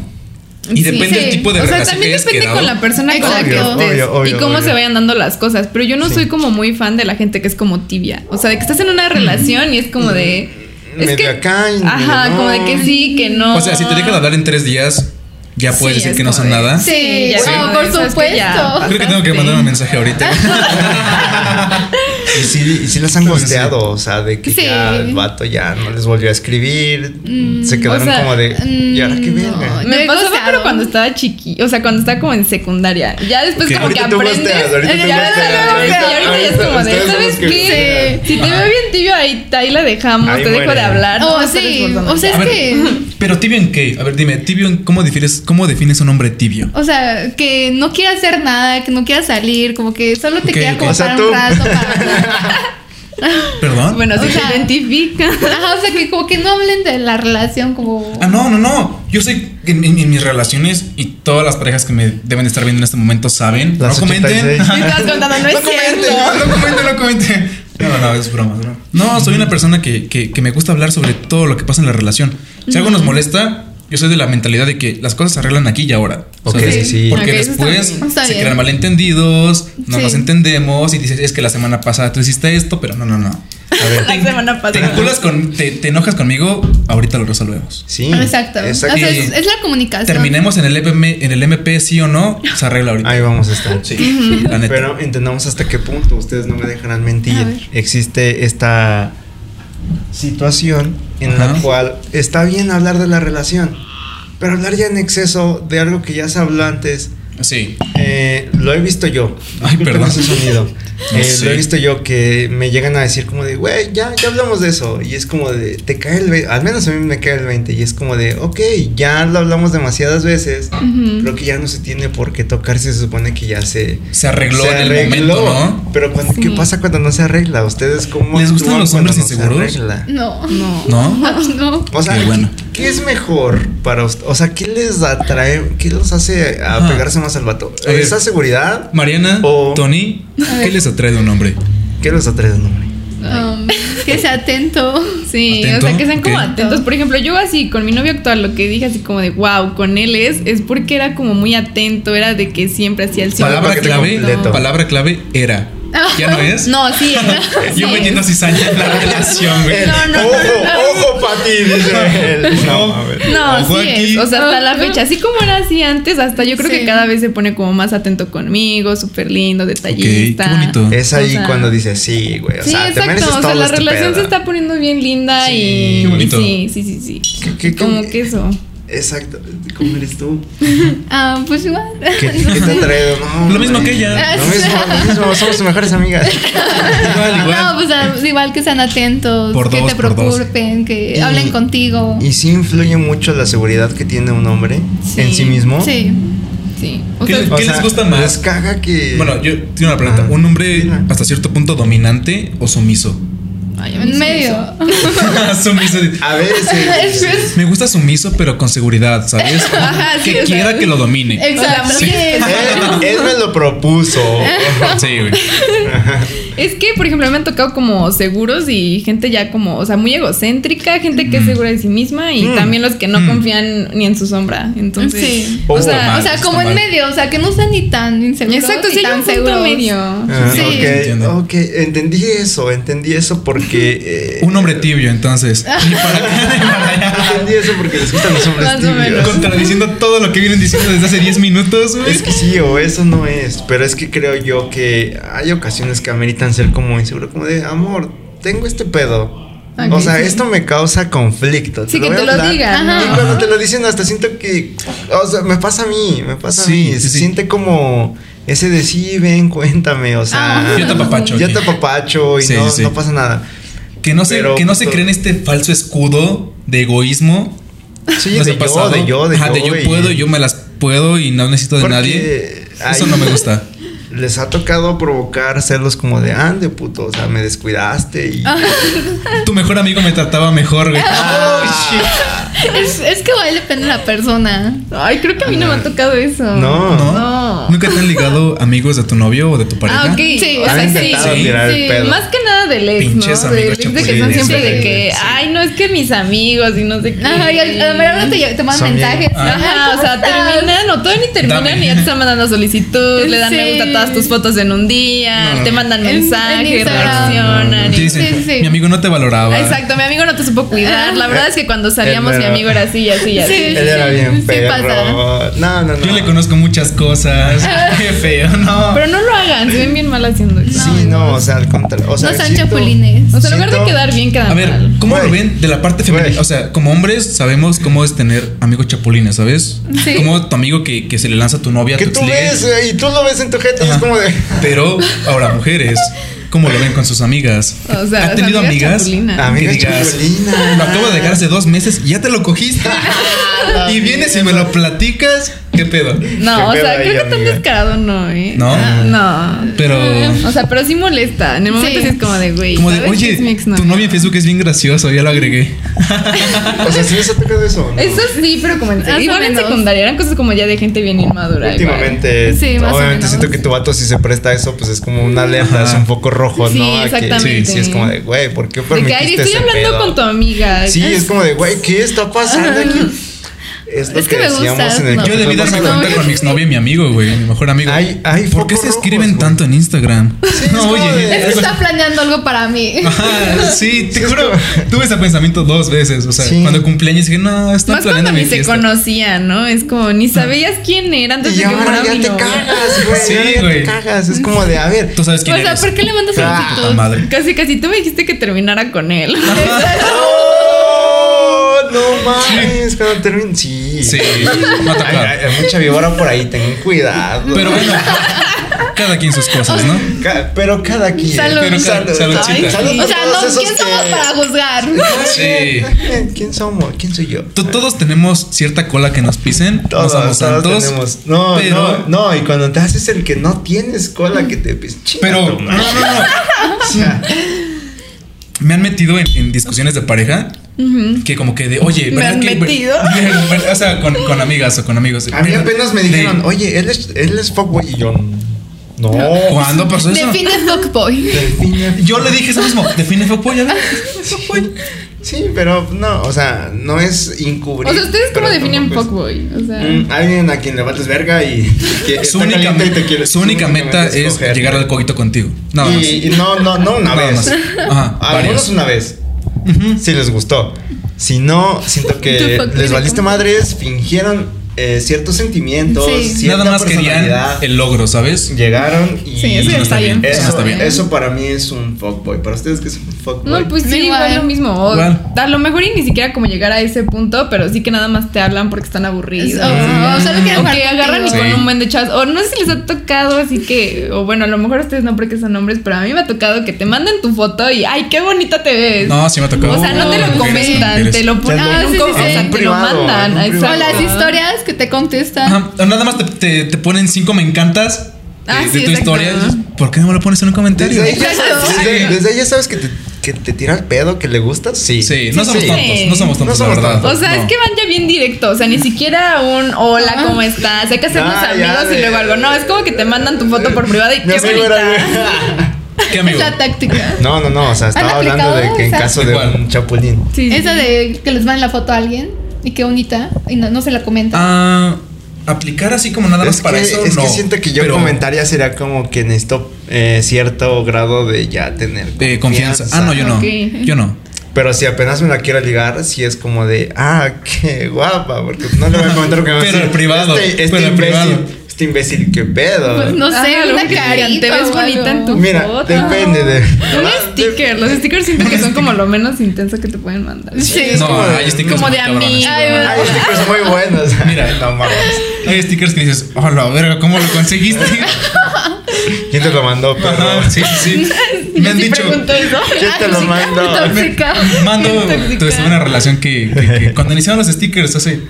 Y Sí. depende del tipo de o sea, relación también que hayas depende quedado. con la persona con la que Exacto. estés Obvio, obvio, y cómo obvio. se vayan dando las cosas. Pero yo no Sí. soy como muy fan de la gente que es como tibia. O sea, de que estás en una relación y es como de. Es Medio que, acá y medio ajá, no. como de que sí, que no. O sea, si te dejan de hablar en tres días, ya puedes Ah. Sí, decir es que no son como de- nada. Sí, ya no, como de, por ¿sabes qué? Ya supuesto. Creo que tengo que pasaste. mandar un mensaje ahorita. (laughs) Y sí, y sí las han gosteado, o sea, de que Sí. ya el vato ya no les volvió a escribir. se quedaron o sea, como de, ¿y ahora qué mm, verga? no. Me Me he pasaba, gozado. pero cuando estaba chiqui, o sea, cuando estaba como en secundaria. Ya después Ok. como que Ahorita tú aprendes. gosteas, ahorita tú ya gosteas, ahorita luego ahorita- gosteas, y ahorita ya es ahorita como de, ustedes son ¿sabes los que qué? gostean. Si te Ajá. veo bien tibio, ahí, ahí la dejamos, Ahí te dejo muere. de hablar. no Oh, me estés sí, forzando. o sea, A Es ver, que- pero tibio en qué? A ver, dime, tibio en cómo defines, cómo defines un hombre tibio. O sea, que no quiera hacer nada, que no quiera salir, como que solo te Ok, queda ok. como (laughs) O sea, para tú- un rato. (laughs) Para... ¿Perdón? bueno, si o sea- se identifica. Ajá, o sea, que como que no hablen de la relación como... Ah, no, no, no. Yo sé que en, en- en mis relaciones y todas las parejas que me deben de estar viendo en este momento saben. Las no comenten. 86. Y estás contando, no es cierto. comenten, no comenten, no comenten. No, no, es broma, es broma. No, soy una persona que, que- que me gusta hablar sobre todo lo que pasa en la relación. Si algo nos molesta, yo soy de la mentalidad de que las cosas se arreglan aquí y ahora. Ok, ¿sabes? sí. Porque Ok, eso está después bien. Está se bien. crean malentendidos, no Sí. nos entendemos y dices, es que la semana pasada tú hiciste esto, pero no, no, no. A ver. (laughs) La semana Te, pasada. enculas con- te- te enojas conmigo, ahorita lo resolvemos. Sí. Exacto. O sea, es, es la comunicación. Terminemos en el, MP, en el MP, sí o (laughs) no, se arregla ahorita. Ahí vamos a estar. Sí, (laughs) la neta. Pero entendamos hasta qué punto, ustedes no me dejarán A mentir. ver. Existe esta situación en la Ajá. cual está bien hablar de la relación, pero hablar ya en exceso de algo que ya se habló antes sí. Eh, lo he visto yo. Ay, Disculpen perdón. ese sonido. No Eh, sé. Lo he visto yo que me llegan a decir como de, güey, ya, ya hablamos de eso. Y es como de, te cae el 20. Al menos a mí me cae el 20. Y es como de, ok, ya lo hablamos demasiadas veces. Creo que ya no se tiene por qué tocar si se supone que ya se... Se arregló se en el arregló. momento, ¿no? Pero cuando, ¿qué pasa cuando no se arregla? ¿Ustedes cómo ¿Les actúan gustan los cuando hombres no se inseguros? arregla? No. No. ¿No? Ay, no. O sea, Qué ¿qué, bueno. qué es mejor para ustedes? O sea, ¿qué les atrae? ¿Qué los hace Ajá. apegarse más al vato? A ver. ¿Esa seguridad? Mariana, O- Tony, A ver. ¿qué les atrae de un hombre? ¿Qué los atrae de un hombre? Um, que sea atento. (laughs) Sí, Atento, o sea, que sean como ok. atentos. Por ejemplo, yo así con mi novio actual, lo que dije así como de wow, con él es, es porque era como muy atento, era de que siempre hacía el Palabra Paquete clave, completo. palabra clave era. ¿Ya no (laughs) es? No, (laughs) sí. sí. Yo metiendo cizaña en la relación, güey. No, no, ojo, no. ojo, Pati, dice él. No, (laughs) No. mames. No, Ojo sí aquí. es. O sea, hasta la fecha. Así como era así antes, hasta yo creo que Sí. cada vez se pone como más atento conmigo, súper lindo, detallista. qué bonito. Es ahí O sea- cuando dices, sí, güey. O Sí, sea, te mereces exacto. O todo sea, la este relación pedo. se está poniendo bien linda Sí, y. qué bonito. Sí, sí, sí, sí. ¿Qué- qué- qué- como que eso. Exacto. ¿Cómo eres tú? (laughs) Ah, pues igual. ¿Qué, qué te ha traído? No, Lo mismo hombre. que Ah, ella. Lo mismo, lo mismo. Somos mejores amigas. Igual, No, igual. pues ah, (laughs) igual que sean atentos, pues, Por que dos, te por dos. preocupen, que Y- hablen contigo. Y sí influye mucho la seguridad que tiene un hombre en sí mismo. Sí. Sí. O ¿Qué sea, les- O les gusta más? Les caga que. Ah. Bueno, yo tengo una pregunta. Ajá. ¿Un hombre Dila. hasta cierto punto dominante o (laughs) sumiso? ay, a mí sí En me medio. sumiso. A (laughs) veces. Me gusta sumiso, pero con seguridad, ¿sabes? Ajá, que sí, o sea, eh, quiera que lo domine. Exacto. O sea, (laughs) Sí. él, él me lo propuso. Sí, güey. Es que, por ejemplo, me han tocado como seguros y gente ya como, o sea, muy egocéntrica, gente que es Mm. segura de sí misma y Mm. también los que no Mm. confían ni en su sombra. Entonces, Sí. o sea, Mal, O sea, está como en mal. medio, o sea, que no sean ni tan inseguros exacto, ni sí, hay tan un punto seguros. medio. Ah, Sí. ok, Entiendo. ok, entendí eso, entendí eso porque. eh, Un hombre tibio, entonces. Ni para acá, ni para (laughs) allá. Entendí eso porque les gustan los hombres Más o tibios. menos. Contradiciendo todo lo que vienen diciendo desde hace 10 minutos, güey. Es que sí, o eso no es, pero es que creo yo que hay ocasiones que ameritan ser como inseguro, como de amor, tengo este pedo. o Ok, sea, sí. esto me causa conflicto. Sí, que voy te a lo hablar. digan, ¿no? Y cuando te lo dicen, hasta siento que. O sea, me pasa a mí, me pasa a Sí, mí. sí, Se sí. siente como ese de sí, ven, cuéntame, o sea. Ah. Yo te apapacho, Yo ok. te apapacho y Sí, no, sí, sí. no pasa nada. Que no se, Pero, que no se pues, creen este falso escudo de egoísmo. Sí, ¿No de, se ha yo, pasado? de yo, de Ajá, yo, y- puedo, yo me las puedo y no necesito de Porque nadie. Eso ahí- no me gusta. les ha tocado provocar celos como de ande puto, o sea, me descuidaste y Tu mejor amigo me trataba mejor, güey. Ah, (laughs) Es, es que vale depende de la persona. Ay, creo que a mí no me ha tocado eso. No. ¿No? No. ¿Nunca te han ligado amigos de tu novio o de tu pareja? Ah, ok. Sí, o han sea, sí. intentado tirar el Sí, pedo. Más que nada del ex, Pinches ¿no? amigos Del ex de que chapulineros. son siempre de Sí, que, sí. ay, no, es que mis amigos y no sé qué. Ajá, y al- a la mera hora te, te mandan Son bien- Ah, mensajes. Ajá, o sea, terminan o todavía ni terminan Dame. y ya te están mandando solicitud, le dan Sí. me gusta a todas tus fotos en un día, No, no. te mandan En- en mensajes, Instagram. reaccionan. Te y- dicen, Sí, sí, sí. Mi amigo no te valoraba. Exacto, mi amigo no te supo cuidar. La verdad es que cuando salíamos, Es mi verdad. amigo era así y así y así. Sí. él era bien sí perro. pasa. No, no, no. Yo le conozco muchas (laughs) cosas. Qué feo, no. Pero no lo hagan, se ven bien mal haciendo eso. Sí, no, o sea, al contrario, o sea, No sean siento- chapulines. O sea, en lugar de siento- quedar bien, quedan A ver, mal. ¿cómo lo Güey. ven de la parte femenina? Güey. O sea, como hombres sabemos cómo es tener amigos chapulines, ¿sabes? Sí. Como tu amigo que, que se le lanza a tu novia, que tu tú exligue. ves güey, y tú lo ves en tu gente y es Ajá. como de Pero ahora mujeres, ¿cómo lo ven con sus amigas? O sea, ¿Ha las tenido amigas? amigas chapulinas. amiga Que digas, "Ah, chapulina. Lo acabo de dejar hace dos meses y ya te (laughs) lo cogiste. la y vienes y me lo platicas. ¿Qué pedo? No, o Qué sea, pedo creo ahí, que tan amiga. descarado no, ¿eh? ¿No? No. Pero. O sea, pero sí molesta. En el momento sí, Sí. es como de, güey, Como de, ¿sabes que oye, es mi exnovio?" tu novia en Facebook es bien gracioso, ya lo agregué. O sea, sí les ha tocado eso. o no? Eso sí, pero como en Más o Ah, Igual en menos. secundaria, eran cosas como ya de gente bien inmadura. igual. Últimamente, Sí, más o obviamente menos. siento que tu vato si se presta a eso, pues es como una alerta, Ajá. es un poco rojo, Sí, ¿no? A que- exactamente. Sí, sí, es como de, güey, ¿por qué De que permitiste "Ay, estoy ese hablando pedo? con tu amiga. Sí, es como de, güey, ¿qué está pasando aquí? (laughs) Es lo Es que, que me decíamos gustas, en el Pues, ¿no? Yo de capítulo vida me pasado. cuenta con mi exnovia y mi amigo, güey, mi mejor amigo. Hay- hay ¿Por qué focos se rojos, escriben güey. tanto en Instagram? (laughs) es como de- Es que algo- está planeando algo para mí. Ajá, sí, te es juro. como- Tuve ese pensamiento dos veces. O sea, Sí. cuando cumpleaños dije, no, está Más planeando cuando mi ni se fiesta. conocían, ¿no? Es como ni sabías quién era antes Mm. Y de que ahora fuera ya mi te novio. cagas, güey. Sí, ahora ya güey. te cagas. Es como de, a ver. Tú sabes O quién sea, eres. ¿por qué le mandas Ah, Puta solicitud? madre. Casi, casi tú me dijiste que terminara con él. ¡Oh! No mames, cuando termine. Sí. Sí, me ha Hay, tocado. hay- hay mucha víbora por ahí, ten cuidado. Pero bueno, cada quien sus cosas, ¿no? Ca- pero cada quien. Salud. Pero cada- saludcita. Ay, salud O sea, a todos no, esos ¿quién somos que- para juzgar? (laughs) Sí. ¿Quién somos? ¿Quién soy yo? To- Todos tenemos cierta cola que nos pisen. Todos, no somos todos santos. tenemos. No, no, no. Y cuando te haces el que no tienes cola, que te pis- chinga Pero, Ah, tu no, (laughs) madre. no, no. O sea, Me han metido en, en discusiones de pareja que como que de, oye, Me ¿verdad han que- ver- (laughs) metido. ver- O sea, con, con amigas o con amigos. a mí apenas me dijeron, De- oye, él es, él es fuckboy y yo. No. ¿Cuándo pasó eso? Define fuckboy. Define- (laughs) Yo le dije eso mismo. Define fuckboy, (laughs) a ver. Fuckboy. Sí, pero no, o sea, no es encubrir. O sea, ¿ustedes pero cómo definen tampoco es- fuckboy? O sea, Mm, alguien a quien le vales verga y (laughs) que Su está única, caliente y te quiere- su única meta es coger. llegar al coquito contigo. Nada más. y, y no, no, no (laughs) una Nada vez. más. Ajá, Algunos varios. una vez. Ujú. Si les gustó. Si no, siento (laughs) que Tu fuck les boy valiste de madres, fingieron eh, ciertos sentimientos, Sí. cierta Nada más personalidad. querían el logro, ¿sabes? Llegaron y. Sí, eso ya está bien. Eso, Eso está bien. eso para mí es un fuckboy. Para ustedes, que es un fuckboy? no, pues sí, Igual. igual lo mismo. O Igual. A lo mejor y ni siquiera como llegar a ese punto, pero sí que nada más te hablan porque están aburridos. O solo quiero O jugar que agarran y contigo. con Sí. un buen de chats. O no sé si les ha tocado, así que. O bueno, a lo mejor a ustedes no porque son hombres, pero a mí me ha tocado que te mandan tu foto y. ¡Ay, qué bonita te ves! No, sí me ha tocado. o sea, no te lo Mujeres, comentan, mujeres. te lo ponen. Ah, en un sí, sí, com- sí. O En sea, te lo privado, en mandan. privado. exacto. O las historias que te contestan. Ajá, o Nada más te, te- te ponen cinco me encantas de, Ah, de sí, tu exacto. historia. Y dices, ¿Por qué no me lo pones en un comentario? Desde ahí, ya Exacto. sabes, desde, desde ahí ya sabes que te, que te tira el pedo, que le gustas. Sí. Sí, no Sí, somos sí. tontos, no somos tontos, No somos la verdad. O sea, No. es que van ya bien directo, o sea, ni siquiera un hola, ¿cómo estás? Hay que hacernos Ah, ya amigos de- y luego algo. No, es como que te mandan tu foto por privado y Mi qué amigo bonita. era bien. ¿Qué Es amigo? la táctica. (laughs) No, no, no. O sea, estaba hablando de aplicado que en esa? caso de Igual. un chapulín. Sí, sí, Esa sí. de que les van la foto a alguien y qué bonita y no, no se la comenta. Ah, aplicar así como nada más Es para que, eso. es no, que siento que yo pero comentaría sería como que necesito eh, cierto grado de ya tener De confianza. Ah, no, yo no. Ok. Yo no. Pero si apenas me la quiero ligar, si es como de, ah, qué guapa, porque no le voy a comentar lo que me va a Pero decir, este en privado, pero en imbécil, privado. Este imbécil, qué pedo. Pues no sé, Ah, algo una que digan, carita. te ves o bonita en algo. tu- Mira, foto. depende de. (laughs) (laughs) Un Ah, de- sticker, los stickers siento que son como lo menos intenso que te pueden mandar. Sí. Es No, como de- hay stickers como muy de cabrones. amigo. Ay, Hay stickers este muy buenos. Mira. (laughs) no mames. Hay stickers que dices, oh la verga, ¿cómo lo (laughs) conseguiste? ¿Quién te lo mandó, perro? Ajá, sí, (laughs) sí, sí. Me han sí dicho, pregunto eso. ¿Quién te lo mandó? Tóxica. (laughs) mando, Intoxicada. tuve una relación que, que- que cuando iniciaron los stickers hace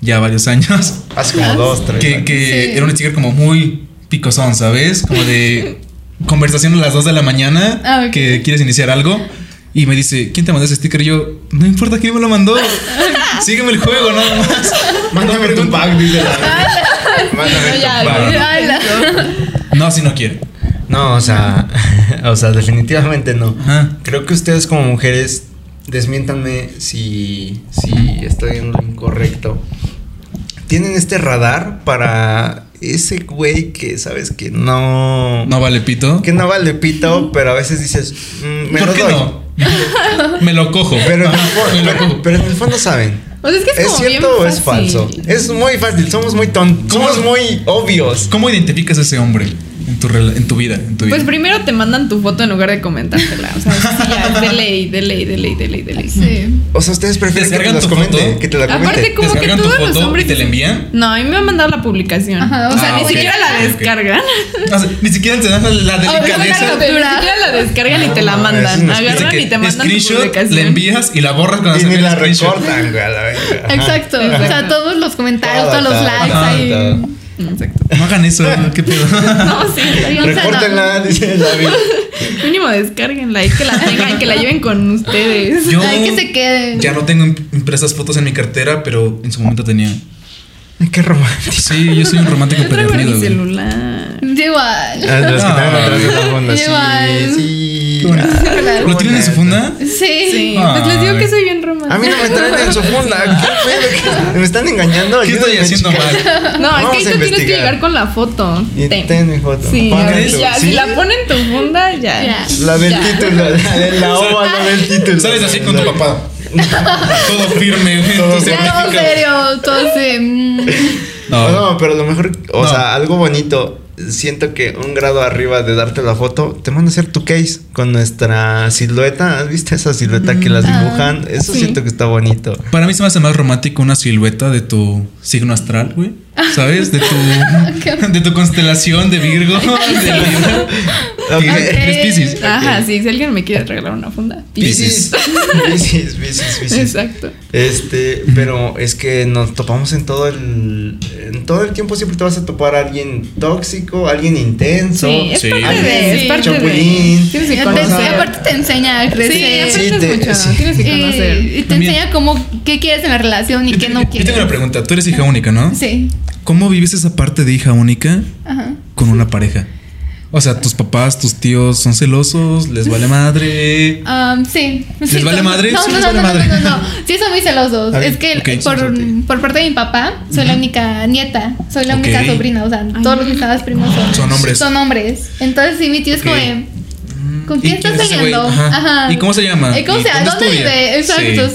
ya varios años, Hace como dos, tres. que, años. que Sí. era un sticker como muy picosón, ¿sabes? Como (laughs) de conversación a las 2 de la mañana, Ah, ok. que quieres iniciar algo. Y me dice, ¿quién te mandó ese sticker? Y yo, no importa quién me lo (laughs) mandó. Sígueme el juego, nada más. Mándame tu pack, dice la. Mándame tu ya, pack. ya. Ala. No, si no quiere. No, o sea, (laughs) o sea, definitivamente no. Ajá. Creo que ustedes como mujeres, desmiéntanme si, si estoy en lo incorrecto. Tienen este radar para ese güey que sabes que no... No vale pito. Que no vale pito, pero a veces dices, "Mm, me ¿Por lo qué doy". no? (laughs) me lo cojo. Pero, en el Ajá, fo- me lo pero, cojo. pero en el fondo saben. O sea, es que es, ¿Es como bien cierto o es fácil. falso? Es muy fácil, somos muy tontos. ¿Cómo? Somos muy obvios. ¿Cómo identificas a ese hombre en tu, rela- en tu vida? En tu vida? Pues primero te mandan tu foto en lugar de comentártela. O sea, sí, ya, de ley, de ley, de ley, de ley, de ley. Sí. O sea, ustedes prefieren que te, Descargan las tu comente, foto. que te la comente. Aparte, como que ¿Descargan tu todos los foto hombres. y te la envían? No, a mí me han mandado la publicación. Ajá, o sea, Ah, ni ok, siquiera la ok, ok. descargan. O sea, ni siquiera te dan la, la O sea, delicadeza. ni siquiera la descargan y te la No, es mandan. una Dice Agarran que y te mandan tu screenshot, publicación. la envías y la borras (laughs) cuando Y se ni ve la el screenshot. recortan, güey, a la verga. Ajá. Exacto. O sea, todos los comentarios, Todo, todos los todo, likes todo, ahí. todo. Exacto. No hagan eso, (laughs) qué pedo. No, sí. está bien. O sea, no. Recórtenla, dice David. Mínimo descarguenla y que la tengan, que la lleven con ustedes. Yo Ay, que se queden. ya no tengo imp- impresas fotos en mi cartera, pero en su momento tenía. Ay, Qué (laughs) romántico. Sí, yo soy un (laughs) romántico Yo traigo en mi pervertido. güey. celular. Yo Igual. Ah, Los que están Ah, atrás de la funda. Igual. Sí, sí. Qué bonito. Ah, ¿Lo ¿Lo tienen en su funda? Sí. Sí. Ah, pues les digo güey. que soy bien A mí romántica. no me traen en su funda. ¿Qué pedo? ¿Qué- ¿Me están engañando? ¿Qué estoy Ayúdenme, haciendo chicas. mal? No, es Vamos que ahí a tú tienes que investigar. llegar con la foto. Y Ten. ten mi foto. Sí, Pongan ya, tu- ya, ¿sí? si la ponen en tu funda, ya. Ya. La del Ya. título, la de (laughs) la ova, la del título. Sales así con tu papá. (laughs) Todo firme, güey, Todo tú firme. Ya, no, certificado. serio. Todo sí. mm. No. No, no, pero a lo mejor, o No. sea, algo bonito. Siento que un grado arriba de darte la foto, te manda a hacer tu case con nuestra silueta. ¿Has visto esa silueta que las Ah, dibujan? Eso Mm, sí. siento que está bonito. Para mí se me hace más romántico una silueta de tu signo astral, güey. ¿Sabes? De (laughs) tu, de tu constelación de Virgo. De Libra. Ok. Tigre, tres Piscis. Ajá, sí, si alguien me quiere regalar una funda. (laughs) Piscis. Piscis, Piscis, Piscis. Exacto. Este, pero es que nos topamos en todo el. En todo el tiempo siempre te vas a topar a alguien tóxico, alguien intenso. Sí, es sí. parte de. Es Sí. parte de. Chapulín. Tienes que Te- conocer. Aparte te enseña a Sí, crecer. aprendes Sí, te- mucho. sí. Tienes que Y, conocer. y te También. enseña cómo qué quieres en la relación y Yo qué te- no Yo quieres. tengo una pregunta. Tú eres hija única, ¿no? Sí. ¿Cómo vives esa parte de hija única Ajá. con una pareja? O sea, tus papás, tus tíos son celosos, les vale madre. Um, sí. ¿Les Sí, vale son- madre? No, Sí, no, les no, vale no, madre. no, no, no. Sí, son muy celosos. Ah, es que ok, eh, por, sí. por parte de mi papá, soy la única nieta. Soy la Ok. única sobrina. O sea, todos los demás primos son, Son hombres. Son hombres. Entonces, sí, mi tío es Ok. como de, ¿Con ¿Y quién quién estás es ese güey? saliendo? Ajá. ¿Y cómo se llama? ¿Y cómo ¿Y se llama? dónde ¿Dónde estudia? vive? Exacto,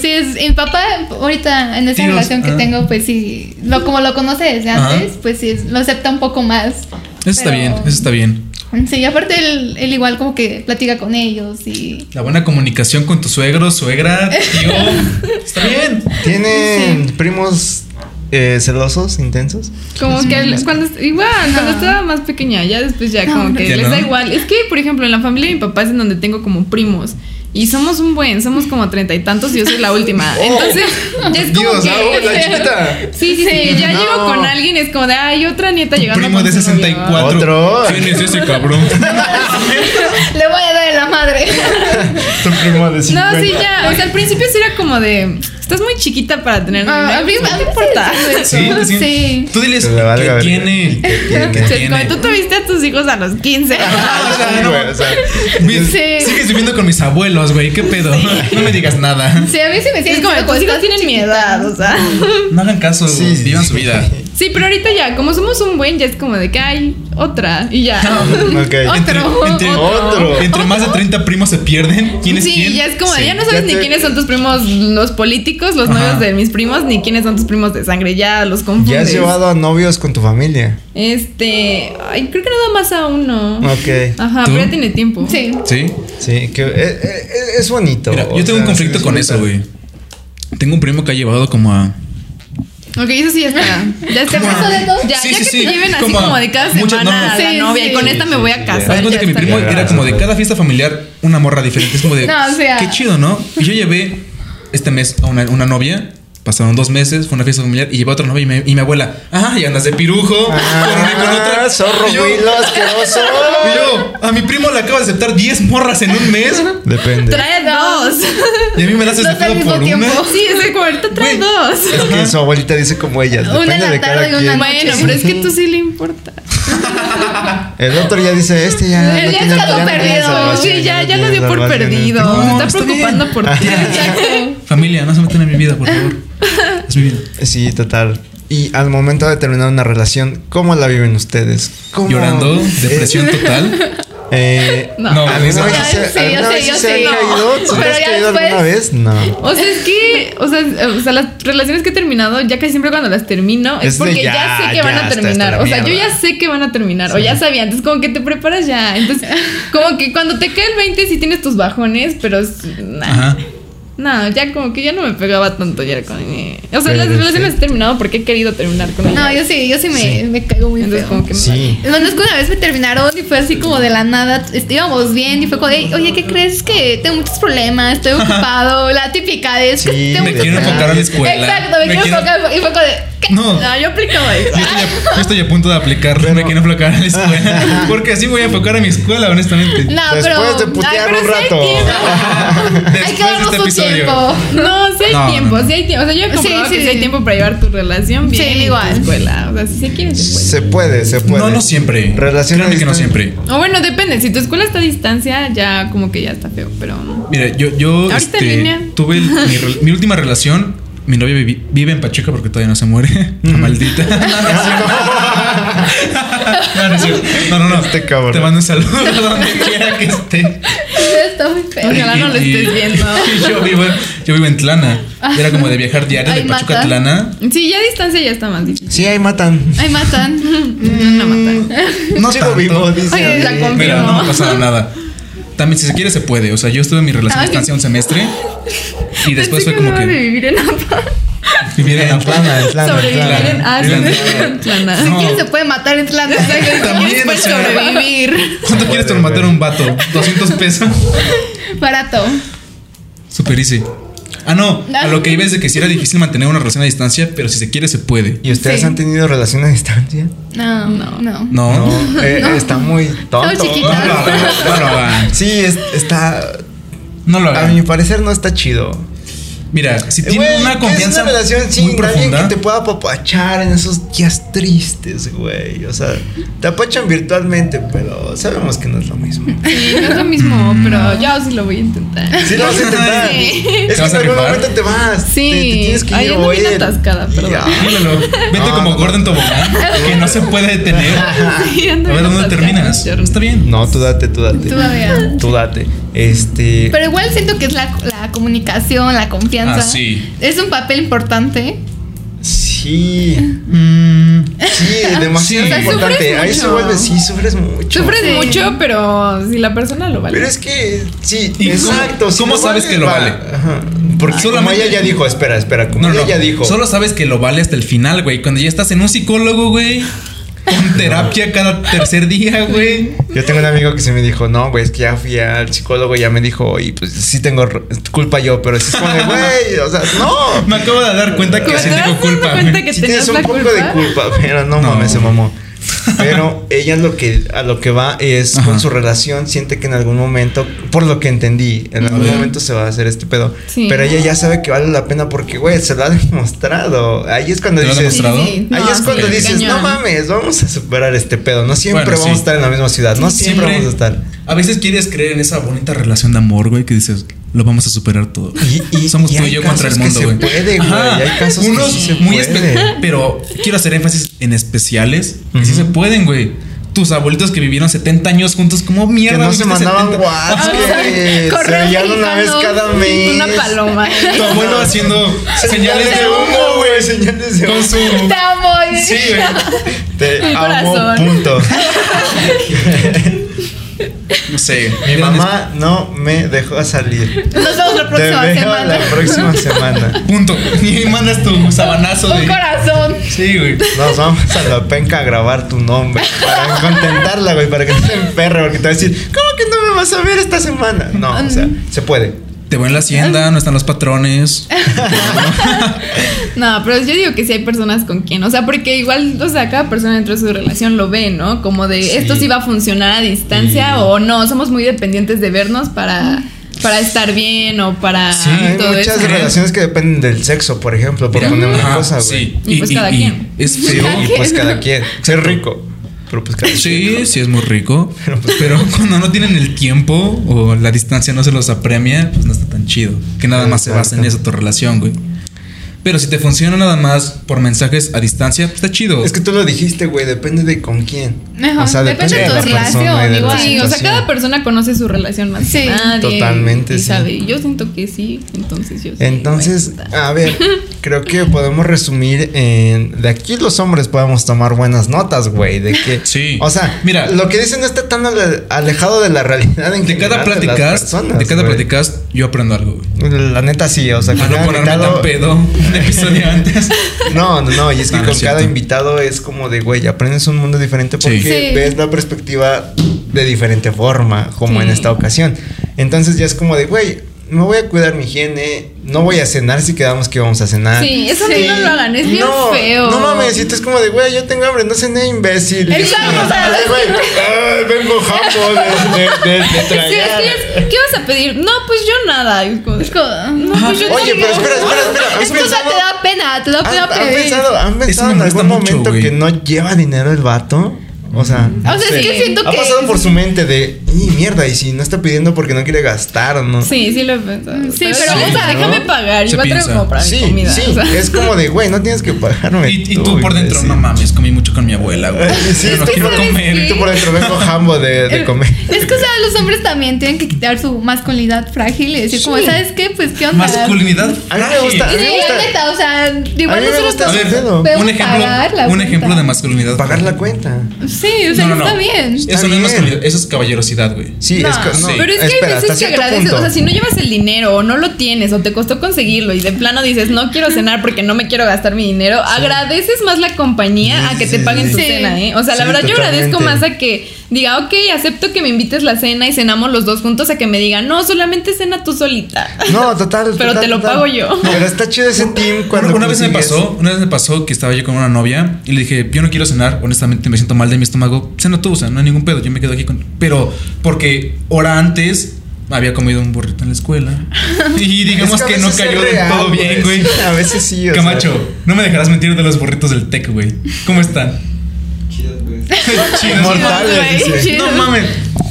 Sí. sí. es. Mi papá, ahorita, en esa Tíos, relación que ah. tengo, pues sí. Lo, como lo conoce desde Ajá. antes, pues sí, lo acepta un poco más. Eso está Pero- bien, eso está bien. Sí, y aparte él, él igual como que platica con ellos y... La buena comunicación con tu suegro, suegra, tío. está bien. ¿Tienen primos eh, celosos, intensos? Como que el- cuando est- igual, cuando estaba más pequeña, ya después ya No, como no. que Ya les no. da igual. Es que, por ejemplo, en la familia de mi papá es en donde tengo como primos. Y somos un buen, somos como treinta y tantos y yo soy (laughs) la última. Oh, Entonces, ya es como Dios, que. ah, oh, la chiquita. Sí, sí, sí. Ya No. llego con alguien, es como de, ay, otra nieta Tu llegando. primo con de su novio". 64. Otro. ¿Quién es ese (laughs) cabrón? Le voy a dar en la (laughs) madre. Tu primo de No, sí, ya. O sea, al principio sí era como de, estás muy chiquita para tener. novio". Ah, a mí- Pues, a no mí sí, importa. Sí, sí. Sí. Tú diles Que le valga qué verga. tiene. ¿Qué tiene? ¿Qué O Es como, tiene? Tú tuviste a tus hijos a los 15. Ah, o sea, Sí, no. güey, o sea, Mis- Sí. Sigues viviendo con mis abuelos, güey. ¿Qué pedo? No me digas nada. Sí, a mí sí me Es siento como, tus hijos tienen mi edad, o sea. No hagan caso. Sí, sí, vivan sí. su (laughs) vida. Sí, pero ahorita ya, como somos un buen, ya es como de que hay otra y ya. Ah, (laughs) Ok. Otro, Entre- entre- Otro. Entre más de 30 primos se pierden. ¿Quién es sí, quién? ya es como, de, Sí, ya no sabes ya ni te- quiénes son tus primos, los políticos, los Ajá. novios de mis primos, ni quiénes son tus primos de sangre, ya los confundes. Ya has llevado a novios con tu familia. Este, ay, creo que nada más a uno. Ok. Ajá, ¿Tú? pero ya tiene tiempo. Sí. Sí. Sí, que eh, eh, es bonito. Mira, o yo tengo un sea, conflicto es con eso, brutal. güey. Tengo un primo que ha llevado como a. Ok, eso sí ya está. Ya está. ¿Como a- Ya, ya Sí, que sí, te sí, lleven así como a como de cada muchas semana a la normas. Sí, novia y sí. con esta me voy a Haz casar. de cuenta ya que mi está. primo Ya, era como de güey. cada fiesta familiar una morra diferente. Es como de. No, o sea. Qué chido, ¿no? Y yo llevé este mes a una, una novia. Pasaron dos meses, fue una fiesta familiar y llevé a otra novia y, me- y mi abuela. Ah, y andas de pirujo. Coroné con Ah, otra. zorro, Y yo- güey, lo asqueroso. y yo, a mi primo le acabo de aceptar 10 morras en un mes. Depende. Trae dos. Y a mí me la haces de Dos al pedo mismo por tiempo. una. Sí, ese cuarto trae Güey. dos. Es que su abuelita dice como ellas. Una en Depende la de cada tarde y una quien. en la Bueno, Sí. pero es que tú sí le importa. El otro ya dice, este ya. Ya tiene- está todo no tiene perdido. salvación, Sí, ya, no ya lo tiene dio por salvación. ¿eh? perdido. No, Se está está preocupando bien. por ti. Exacto. Familia, no se metan en mi vida, por favor. Es mi vida. Sí, total. Y al momento de terminar una relación, ¿cómo la viven ustedes? ¿Cómo? ¿Eh? Llorando, Es- depresión total. Eh, No. No, ¿Alguna güey, vez no. Ay, se- sí, alguna yo vez sí, yo se sí. ha caído? No. ¿Se Pero has ya caído alguna después- vez? No. O sea, es que, o sea, o sea, las relaciones que he terminado, ya casi siempre cuando las termino, es, Es de porque ya, ya, sé que ya, van a hasta- hasta terminar. la O sea, yo mierda. ya sé que van a terminar, o ya sabía antes, como que te preparas (laughs) ya. Entonces, como que cuando te cae el 20 sí tienes tus bajones, pero s- nah. Ajá. no, ya como que ya no me pegaba tanto. Ya era como, eh. O sea, Pero las sí. relaciones he terminado porque he querido terminar con ellas. No, yo sí, yo sí me, Sí. me caigo muy Entonces, feo. como que me Sí. Bueno, es que una vez me terminaron y fue así como de la nada, este, íbamos bien y fue como, "Ey, oye, ¿qué crees? Que tengo muchos problemas, estoy ocupado, la típica de, es que Sí, tengo Me muchos quiero problemas". enfocar a la escuela. Exacto, me, quiero enfocar y fue como de, ¿qué? No, No, yo aplicaba eso. yo estoy, a, yo estoy a punto de aplicarlo. Me Pero- quiero enfocar a la escuela. Porque así voy a enfocar a mi escuela, honestamente. No, Después pero... de putear pero un sí hay rato. tiempo. Hay Después que de darnos este su episodio. tiempo. (laughs) (laughs) No, sí hay No, tiempo, no, no. sí hay tiempo. O sea, yo he Sí, comprobado sí. que sí hay tiempo para llevar tu relación bien Sí, y tu igual. escuela. O sea, si se quiere, se puede. Se puede, se puede. No, no siempre. Relación a Créanme que no distancia. siempre. O bueno, depende. Si tu escuela está a distancia, ya como que ya está feo, pero. Mira, yo, yo este, Ahorita en línea. tuve el- mi, re- mi última relación. Mi novia vivi- vive en Pachuca porque todavía no se muere. (laughs) La (laughs) maldita. No, no, es cierto. no, no, no. Este cabrón. Te mando un saludo (laughs) a donde quiera que esté. Está muy feo. Ojalá no lo Y- estés viendo. y (laughs) yo, vivo, yo vivo en Tlana. Y Era como de viajar diario de Ay, Pachuca a mata. Tlana. Sí, ya a distancia ya está más difícil. Sí, ahí matan. Ay, matan. (laughs) No matar. No Chico tanto. vivo, dice. Oye, la ahí. confirmo. Pero no me pasaba nada. También, si se quiere, se puede. O sea, yo estuve en mi relación a Ay. distancia un semestre. Y después fue como no de que vivir en APA. vivir en En Tlana. plana, en plana, en Sobrevivir plana. en Tlana, ah, Tlana. sí, Tlana. No. ¿Quién se puede matar en (laughs) Tlana? También, Puedes o sea, sobrevivir. ¿Cuánto quieres Puede, por matar a güey. un vato? 200 pesos. (laughs) Barato. Super easy. Ah, no. A lo que iba es de que sí era difícil mantener una relación a distancia, pero si se quiere, se puede. ¿Y ustedes Sí. han tenido relación a distancia? No, no. no. No. No, Eh, Está muy tonto. lo chiquita. hagan, no lo hagan. Sí, es- está. No lo A mi hagan. parecer no está chido. Mira, si tiene Güey, una ¿qué es confianza una relación muy sin alguien profunda. que te pueda apapachar en esos días tristes, güey. O sea, te apachan virtualmente, pero sabemos que no es lo mismo. Sí, no es lo mismo, pero yo sí lo voy a intentar. Sí, lo (laughs) vas a intentar. Sí. Es ¿Te que vas en a algún rifar? momento te vas. Sí. Te, te tienes que Ay, ir, ando bien oye. atascada, perdón. Ya. Míralo, Vete No, como no, Gordon Tobogán, que no se puede (laughs) detener. A Sí, ando ver bien dónde atascada, terminas. Jordan. Está bien. No, tú date, tú date. Tú, amiga. Tú date. Este. Pero igual siento que es la, la comunicación, la confianza. Ah, sí. Es un papel importante. Sí. Mm, Sí, demasiado O sea, importante. sufres Ahí se mucho. vuelve, sí, sufres mucho. Sufres Sí. mucho, pero si la persona lo vale. Pero es que, sí, ¿Y cómo- exacto. si cómo lo sabes que lo va. vale? Ajá. Porque como Solamente- ella ya dijo, espera, espera, como No, ella no. ya dijo. Solo sabes que lo vale hasta el final, güey. Cuando ya estás en un psicólogo, güey. Con terapia cada tercer día, güey. Yo tengo un amigo que se me dijo, no, güey, es que ya fui al psicólogo y ya me dijo, y pues sí tengo r- culpa yo, pero sí es como, de, (laughs) güey, o sea, no. (laughs) Me acabo de dar cuenta que Cuando sí te tengo vas dando culpa. cuenta güey. que Sí tenías tienes un la poco culpa. de culpa, pero no, No. mames, se mamó. Pero ella lo que a lo que va es Ajá. con su relación, siente que en algún momento, por lo que entendí, en algún Ujú. momento se va a hacer este pedo. Sí. Pero ella ya sabe que vale la pena porque, güey, se lo ha demostrado. Ahí es cuando ¿Te lo ha dices, demostrado? Sí, Ahí No, es sí, cuando sí, dices, cañón. no mames, vamos a superar este pedo. No siempre Bueno, vamos sí. a estar en la misma ciudad, no siempre, Siempre- vamos a estar. A veces quieres creer en esa bonita relación de amor, güey, que dices, lo vamos a superar todo. Y- y- (laughs) Somos y tú y hay yo contra el casos que mundo, se güey. puede, güey, Ajá. hay casos que Unos sí se muy puede. espe- Pero quiero hacer énfasis en especiales que sí Ujú. se pueden, güey. Tus abuelitos que vivieron 70 años juntos, como mierda. Que no güey, se viste mandaban 70? whats, Ajá. que se Correo veían una vez mexicano, cada mes. Una paloma. Tu abuelo haciendo Señales de humo, güey, señales de Con humo. su. (laughs) Te amo. Sí, güey. Te Mi amo, corazón. punto. No sé. Mi eran mamá no me dejó salir. Nos vemos la Te próxima veo semana. la próxima semana. es- Punto. (laughs) Y mandas tu sabanazo Un de. corazón. Sí, güey. Nos vamos a la penca a grabar tu nombre para contentarla, güey, para que no se emperre, porque te va a decir, ¿cómo que no me vas a ver esta semana? No, o sea, se puede. Te voy en la hacienda, no están los (laughs) patrones. No, pero yo digo que sí hay personas con quien, o sea, porque igual, o sea, cada persona dentro de su relación lo ve, ¿no? Como de Sí. esto sí va a funcionar a distancia Sí. o no, somos muy dependientes de vernos para, para estar bien o para Sí, Hay todo muchas eso. relaciones que dependen del sexo, por ejemplo, por Mira, poner una ajá, cosa, güey. sí. Y pues cada quien. Es Sí, feo. y pues cada quien. Ser rico. Pero pues cada quien. Sí, sí es muy rico. Pero cuando no tienen el tiempo o la distancia no se los apremia, pues no está tan chido. Que nada más se basa en eso tu relación, güey. Pero si te funciona nada más por mensajes a distancia, pues está chido. Es que tú lo dijiste, güey, depende de con quién. Ajá, depende de tu relación, y de la igual. Sí, o sea, situación. cada persona conoce su relación más Sí. que nadie. Totalmente, y sí. sabe. Y yo siento que sí, entonces yo sí. Entonces, voy a a ver, creo que podemos resumir en de aquí los hombres podemos tomar buenas notas, güey, de que Sí. O sea, Mira. mira, lo que dicen no está tan ale- alejado de la realidad en de cada general de las platicast, personas, de cada güey. platicast, yo aprendo algo, güey. La neta sí, o sea, Para con no cada ponerme invitado- tan pedo (laughs) un episodio antes. No, no, no, y es que No, no con es cada cierto. invitado es como de, güey, aprendes un mundo diferente porque Sí. Sí. ves la perspectiva de diferente forma, como en Sí. esta ocasión. Entonces ya es como de, güey, me voy a cuidar mi higiene, no voy a cenar si quedamos que vamos a cenar. Sí, eso Sí. no lo hagan, es bien no, feo. No mames, y tú es como de, güey, yo tengo hambre, no cené, imbécil. Y es Exacto, como, o sea, "Ay, güey, ay, vengo jambo de, de, de, de Sí, tragar". es que es- ¿Qué vas a pedir? No, pues yo nada. Y es como- Es como- No, pues yo Oye, también. pero (laughs) espera, espera, espera. Ah, ¿han Es que o sea, pensado- te da pena, te da ¿Han, pena han pedir. pensado, han pensado me en molesta algún mucho, momento güey. que no lleva dinero el vato? O sea, O sea, es Sí. que siento ha que. pasado por su mente de, y mierda, y si no está pidiendo porque no quiere gastar o no. Sí, sí lo he pensado. Sí, pero, o o sea, sea, déjame ¿no? pagar. Se Yo voy a traer piensa. como para sí, mi comida. sí, o sea. es como de, güey, no tienes que pagarme. Y, y tú por dentro, imbécil". no mames, comí mucho con mi abuela, güey. Sí, Yo no estoy quiero feliz, comer. Y tú por dentro vengo jambo de, de comer. Es que, o sea, los hombres también tienen que quitar su masculinidad frágil y decir, como, ¿sabes qué? Pues, ¿qué onda? A Masculinidad. mí me frágil. gusta- Y sí, gusta- la neta, o sea, A igual mí me nosotros gusta A nos- hacer ver, pedo. podemos un ejemplo, pagar la un cuenta. ejemplo de masculinidad. Pagar la cuenta. Sí, o sea, No, no, está no. bien. Eso Está no es bien. masculinidad, eso es caballerosidad, güey. Sí, No, es que no. sí. Pero es espera, que hay hasta veces que cierto agradeces, punto. o sea, si no llevas el dinero o no lo tienes o te costó conseguirlo y de plano dices, no quiero cenar porque no me quiero gastar mi dinero, agradeces más la compañía Sí, a que sí, te sí, paguen sí. tu Sí. cena, ¿eh? O sea, la Sí, verdad yo agradezco más totalmente. a que diga, ok, acepto que me invites la cena y cenamos los dos juntos a que me diga, no, solamente cena tú solita. No, total. (laughs) Pero total, te lo total. pago yo. Pero está chido ese team cuando. una vez me consigues- pasó, una vez me pasó que estaba yo con una novia y le dije, yo no quiero cenar, honestamente me siento mal de mi estómago, cena tú, o sea, no hay ningún pedo, yo me quedo aquí con... Pero porque hora antes había comido un burrito en la (laughs) escuela. Y digamos Es que, a no veces es cayó del real, todo bien, güey. Sí, (laughs) A veces sí, o sea. Camacho, no me dejarás mentir de los burritos del TEC, güey. ¿Cómo están? Chidas, (laughs) güey. Chidos. Mortales, güey, dice. chido. No mames,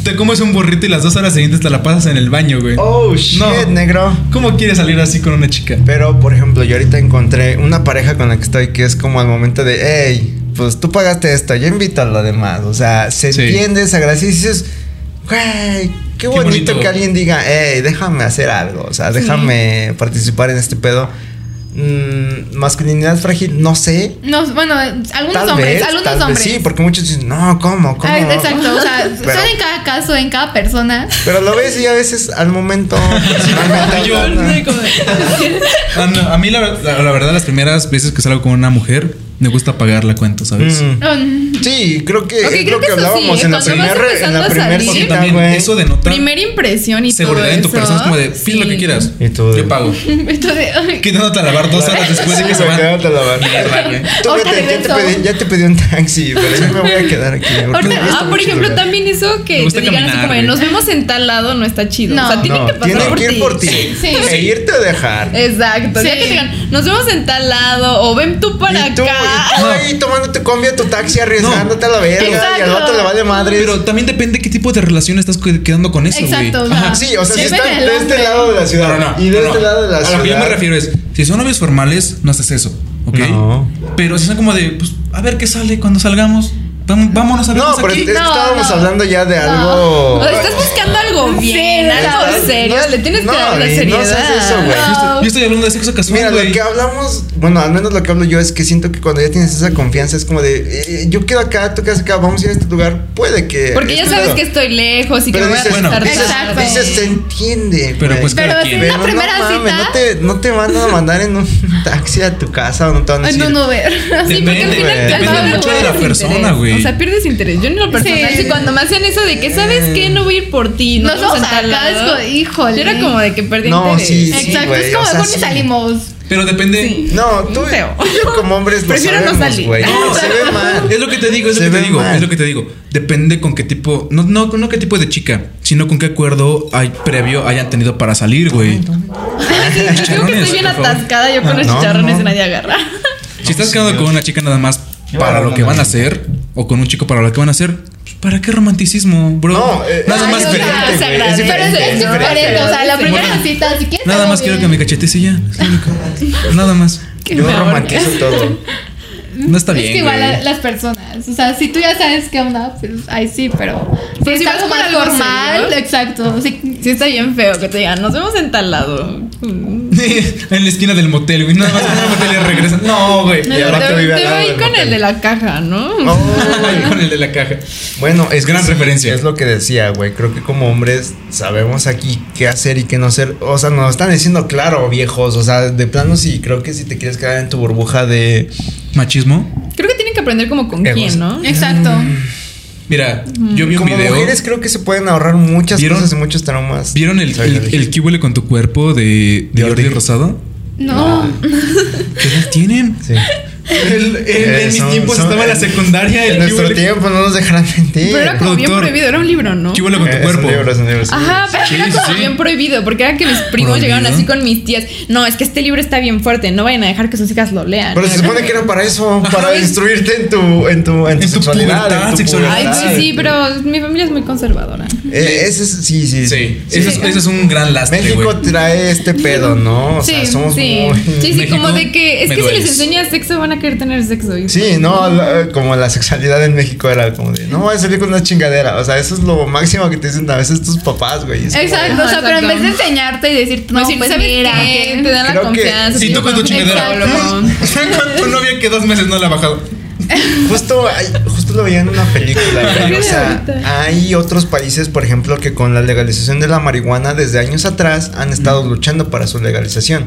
te comes un burrito y las dos horas siguientes te la pasas en el baño, güey. Oh, shit, No. negro. ¿Cómo quieres salir así con una chica? Pero, por ejemplo, yo ahorita encontré una pareja con la que estoy que es como al momento de, hey, pues tú pagaste esto, yo invito a lo demás. O sea, se Sí. entiende, se agradece y dices, güey, qué, bonito, bonito. que alguien diga, hey, déjame hacer algo, o sea, déjame participar en este pedo. Mm, masculinidad frágil, no sé. No, bueno, algunos Tal hombres, vez, algunos tal vez hombres. sí, porque muchos dicen, no, ¿cómo? ¿Cómo? Ah, exacto, (laughs) o sea, Pero- son en cada caso, en cada (laughs) persona. (laughs) Pero lo ves y a veces al momento personalmente (laughs) Yo- hablando, Ah, no, a mí, la, ver- la- la verdad, las primeras veces que salgo con una mujer, me gusta pagar la cuenta, ¿sabes? mm, Mm, Sí, creo que Ok, es creo lo que que, eso sí, hablábamos ¿eh? en la Cuando vas primera en la empezando a primer salir, Porque cita, también güey. eso denota Primera impresión y seguridad todo en tu eso. persona. Es como de, pide lo que Sí. quieras. Y tú de- Yo pago. Entonces, ay, Quitándote a lavar dos horas después de que se Sí, (laughs) van. quédate a lavar. Mierda, güey. Tú Ahorita vete, ya, te regreso. pedí, ya te pedí un taxi, pero yo me voy a quedar aquí. porque Ahorita- me gusta ah, por mucho el ejemplo, lugar. también eso Me que gusta te digan así caminar, como de, güey. nos vemos en tal lado no está chido. No. o sea, tienen No, que pasar tienen por que ir ti. por ti. Sí. E irte o dejar. Exacto. Ya Sí. que te digan, nos vemos en tal lado o ven tú para y tú, y tú acá. ahí tomando tu combi a tu taxi, arriesgándote a la verga. Y al Exacto. vato le vale madre. Pero también depende qué tipo de relación estás que- quedando con eso, güey. Exacto, o sea, Ajá. sí, o sea, si Depende están del de este hombre. lado de la ciudad No, no, no, y de no, este no. lado de la A ciudad. lo que yo me refiero es, si son novios formales, no haces eso, ¿ok? No. Pero si son como de, pues, a ver qué sale cuando salgamos. Vam- Vámonos a No, vernos pero aquí. es que No, estábamos no. hablando ya de algo. O sea, estás buscando algo Sí, bien, algo no, serio. no, le tienes no, que dar la y no seriedad. seas eso, güey. Yo estoy- Yo estoy hablando de sexo Mira, casual, lo güey. que hablamos, bueno, al menos lo que hablo yo es que siento que cuando ya tienes esa confianza es como de, eh, yo quedo acá, tú quedas acá, vamos a ir a este lugar, puede que... Porque ya es sabes claro. que estoy lejos y que Pero me voy a dices, bueno, regresar dices, Exacto. tarde. dices, este, se entiende. Pero güey. pues Pero cada si quien. en una no primera mames, cita. No te, no te van a mandar en un (laughs) taxi a tu casa o no te van a Ay, decir... no, no ver. Sí, porque al Depende, final güey. cada Depende uno mucho de tiene la su persona, interés. güey. O sea, pierdes interés. Yo en lo personal, Sí. sí, cuando me hacían eso de que, ¿sabes qué? No voy a ir por ti. No Nos vamos a tal acá, es lado. co- híjole. Yo era como de que perdí No, interés. sí, sí. Exacto, güey, es como o sea, mejor ni sí. salimos. Pero depende. Sí. No, tú, Feo. tú y yo como hombres lo Prefiero no sabemos, salir. güey. No, No, se ve mal. Es lo que te digo, es Se lo que ve te digo, mal. es lo que te digo. Depende con qué tipo, no, no, no qué tipo de chica, sino con qué acuerdo hay previo hayan tenido para salir, güey. Yo creo que estoy bien por favor. atascada yo con los No, chicharrones no. y nadie agarra. (laughs) Si estás quedando con una chica nada más para lo que van a hacer, o con un chico para lo que van a hacer, pues, ¿para qué romanticismo, bro? No, eh, nada ay, más o sea, diferente. es güey, Pero es es, diferente, es es diferente, o sea, la diferente. primera cita, si quieres. Nada algo más quiero que bien. me cachetes y ya. es lo único. Nada más. Yo me ahorca. romantizo todo. No está bien. Es que igual güey. la- las personas, o sea, si tú ya sabes qué onda, pues ahí sí, pero. Pero si es vas algo por más algo formal, serio. exacto. sí. Sí, está bien feo que te digan, nos vemos en tal lado. Mm. (laughs) en la esquina del motel, güey. Nada más en el motel y regresan. No, güey. Y ahora te que vive al te lado voy del con motel. el de la caja, ¿no? (laughs) Oh, Con el de la caja. Bueno, es Gran que sí, referencia. Es lo que decía, güey. Creo que como hombres sabemos aquí qué hacer y qué no hacer. O sea, nos lo están diciendo claro, viejos. O sea, de plano sí, creo que si te quieres quedar en tu burbuja de. Machismo. Creo que tienen que aprender como con Egos. quién, ¿no? Exacto. Mira, yo vi un como video. mujeres creo que se pueden ahorrar muchas ¿Vieron? cosas y muchos traumas. ¿Vieron el, Soy el, el LGBT. qué huele con tu cuerpo de, de Jordi. Jordi Rosado? No. ¿Qué edad tienen? Sí. El- el- Eh, en mis son- tiempos son- estaba en la secundaria. El En qué nuestro huele- tiempo no nos dejarán mentir. Pero era como bien productor. prohibido, era un libro, ¿no? ¿Qué huele con Eh, tu es un cuerpo? libro, es un libro, es un Ajá, pero Sí, era como sí. bien prohibido, porque era que mis Prohibido. primos llegaban así con mis tías. No, es que este libro está bien fuerte, no vayan a dejar que sus hijas lo lean. Pero se supone que era para eso, para instruirte en tu, en tu, en tu En tu sexualidad, pubertad, en tu sexualidad. Ay, pubertad. pues sí, pero mi familia es muy conservadora. Eh, ese es, sí, sí. Sí, Eso, es, eso es un gran lastre, güey. México trae este pedo, ¿no? O sea, sí, somos sí. muy. Sí, sí, México, como de que es me que si dueles. les enseñas sexo van a querer tener sexo. y- Sí, no, la- como la sexualidad en México era como de, no voy a salir con una chingadera. O sea, eso es lo máximo que te dicen a veces tus papás, güey. Es como de, Exacto, o sea, Ajá, pero en vez exacto. de enseñarte y decirte, no, No, si pues sabes mira, qué? te dan la Creo que confianza. Si te tú con tu llevan- chingadera. Exacto. (laughs) Con tu novia que dos meses no la ha bajado. Justo, ay, justo lo veía en una película. güey. O sea, ahorita. hay otros países, por ejemplo, que con la legalización de la marihuana desde años atrás han estado luchando para su legalización.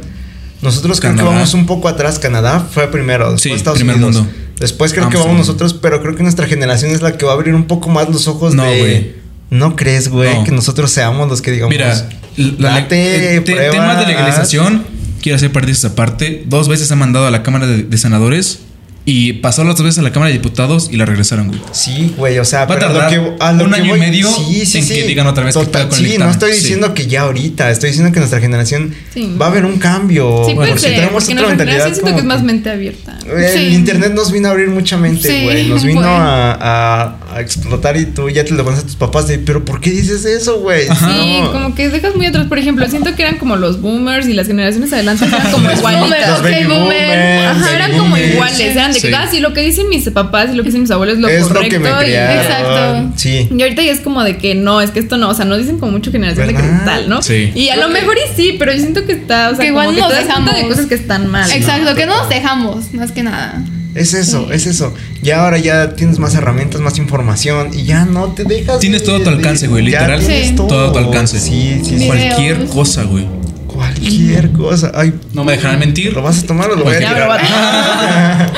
Nosotros creo que Canadá. vamos un poco atrás. Canadá fue primero, después Sí, Estados primer Unidos. mundo. Después creo que vamos Amsterdam. nosotros, pero creo que nuestra generación es la que va a abrir un poco más los ojos No, de. güey. No crees, güey, No. que nosotros seamos los que digamos. Mira, la, pues, date, el te- prueba, tema de haz". legalización, quiero hacer parte de esa parte. Dos veces ha mandado a la Cámara de, de Senadores Y pasó las dos veces a la Cámara de Diputados y la regresaron, güey. Sí, güey, o sea, Va a pero tardar lo que, a lo un que año y voy- medio en que digan otra vez que Total, pueda con Sí, el no dictamen. estoy Sí. diciendo que ya ahorita, estoy diciendo que nuestra generación Sí. va a haber un cambio. Sí, porque puede ser, tenemos porque otra nuestra mentalidad generación siento como que es más que- mente abierta. El Sí. internet nos vino a abrir mucha mente, Sí, güey. Nos vino güey. a, a- a explotar y tú ya te lo pones a tus papás de, pero ¿por qué dices eso, güey? Ah, Sí, como que dejas muy atrás. Por ejemplo, siento que eran como los boomers y las generaciones adelante eran como (laughs) Los igualitas. boomers, Los ok, baby boomer. boomers, Ajá, Ajá, baby eran como boomers. iguales, eran de que, Sí. ah, sí, lo que dicen mis papás y lo que dicen mis abuelos es lo es lo correcto. que me y- crearon. exacto. Sí. Y ahorita ya es como de que no, es que esto no, o sea, no dicen como mucho generación de ¿Verdad? cristal, ¿no? Sí. Y a lo mejor y sí, pero yo siento que está, o sea, Que como igual que nos te das cuenta de dejamos. cosas que están mal. ¿no? Exacto, que no nos dejamos, más que nada. Es eso, es eso. Ya ahora ya tienes más herramientas, más información y ya no te dejas. Tienes de- todo a tu de- alcance, güey, ya literal, tienes Sí. todo a tu alcance. Sí, sí, sí. Videos. Cualquier cosa, güey. Cualquier cosa. Ay, No me dejarán mentir. ¿lo vas a tomar o lo voy a Ya, pero tirar?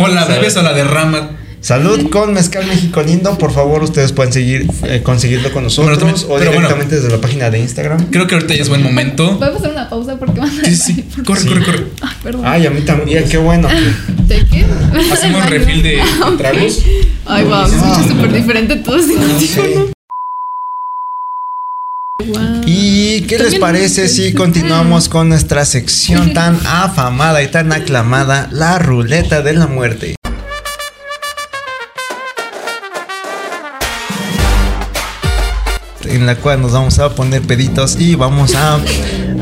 O la bebes o la derrama. (laughs) Salud con Mezcal México Lindo. Por favor, ustedes pueden seguir eh, conseguirlo con nosotros Pero también- o pero bueno. directamente desde la página de Instagram. Creo que ahorita ya es buen momento. Podemos hacer una pausa porque van a. Sí, sí, sí. Corre, corre, corre. Ay, perdón. Ay, a mí también, qué bueno. ¿De qué? Hacemos refil de tragos. Ay, wow, se escucha súper diferente todo. este sin audífono. Guau. ¿Y qué les También- parece si continuamos con nuestra sección tan afamada y tan aclamada, la ruleta de la muerte? En la cual nos vamos a poner peditos y vamos a,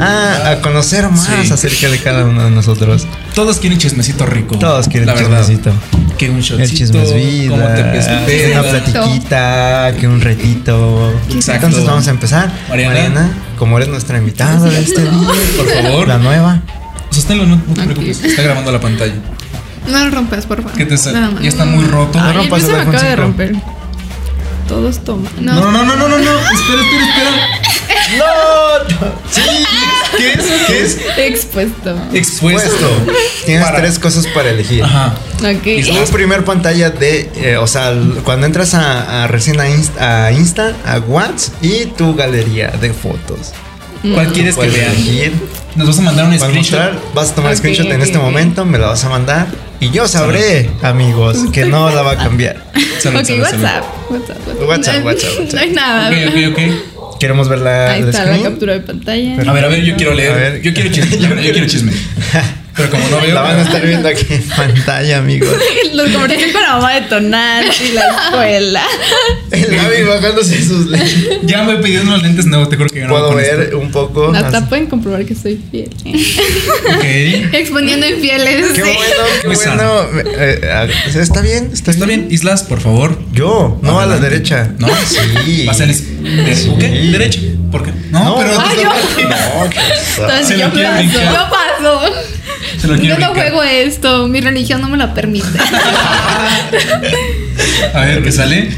a, a conocer más Sí. acerca de cada uno de nosotros. Todos quieren chismecito rico. Todos quieren la verdad. chismecito. Que un El shotcito. chisme es vida, Cómo te que pespedas. una platiquita, que un retito. Exacto. Entonces vamos a empezar. Mariana. como eres nuestra invitada de este día, Por favor. la nueva. Sosténlo, no, no te preocupes. Está grabando la pantalla. No lo rompas, por favor. ¿Qué te Nada sale? más. Ya está muy roto. Ah, Ay, el rompas mío se el me iPhone acaba de 5. romper. Todos toman. No. No, no, no, no, no, no. Espera, espera, espera. ¡No! ¿Qué es? ¿Qué es? (laughs) Expuesto. Expuesto. Pues, Tienes Pues, Para. tres cosas para elegir. Ajá. Ok. Un primer pantalla de, eh, o sea, l- cuando entras a, a recién a Insta, a Insta, a WhatsApp y tu galería de fotos. Mm. ¿Cuál quieres que Puedes vean? elegir, Nos vas a mandar un vas a mostrar, screenshot. vas a tomar Ok, screenshot en ok, este ok. momento, me la vas a mandar y yo sabré, amigos, que no la va a cambiar. Salud, ok, salud, salud. WhatsApp. WhatsApp. WhatsApp. WhatsApp, (laughs) WhatsApp, No WhatsApp. hay nada. Ok, ok, Queremos ver la Ahí el está la screen. captura de pantalla. ok. A ver, a ver, yo quiero A leer. ver. Yo quiero chisme. la verdad, (laughs) Yo quiero chisme. Pero como no veo. La van a estar viendo aquí en pantalla, amigos. (laughs) Los convertí con la mamá de Tonal y la escuela. El Gaby bajándose sus lentes. Ya me pidió unos lentes nuevos, te juro que yo no Puedo voy con ver un poco. Hasta pueden comprobar que soy fiel. esto. Ok. Exponiendo infieles. Qué sí. bueno, qué Muy bueno. sano. Eh, eh, ¿Está bien? ¿Está, pues Está bien, Islas, por favor. Yo, no a la Adelante. derecha. No, sí. Va a ser de- ¿o ¿Qué? ¿Derecha? ¿Por qué? No, No, pero Ah, yo. No, qué pasada. Entonces, Se yo lo quiere paso. brincar. Yo paso. se lo quiero Yo no brincar. juego (laughs) esto. Mi religión no me lo permite. A ver, ¿qué sale?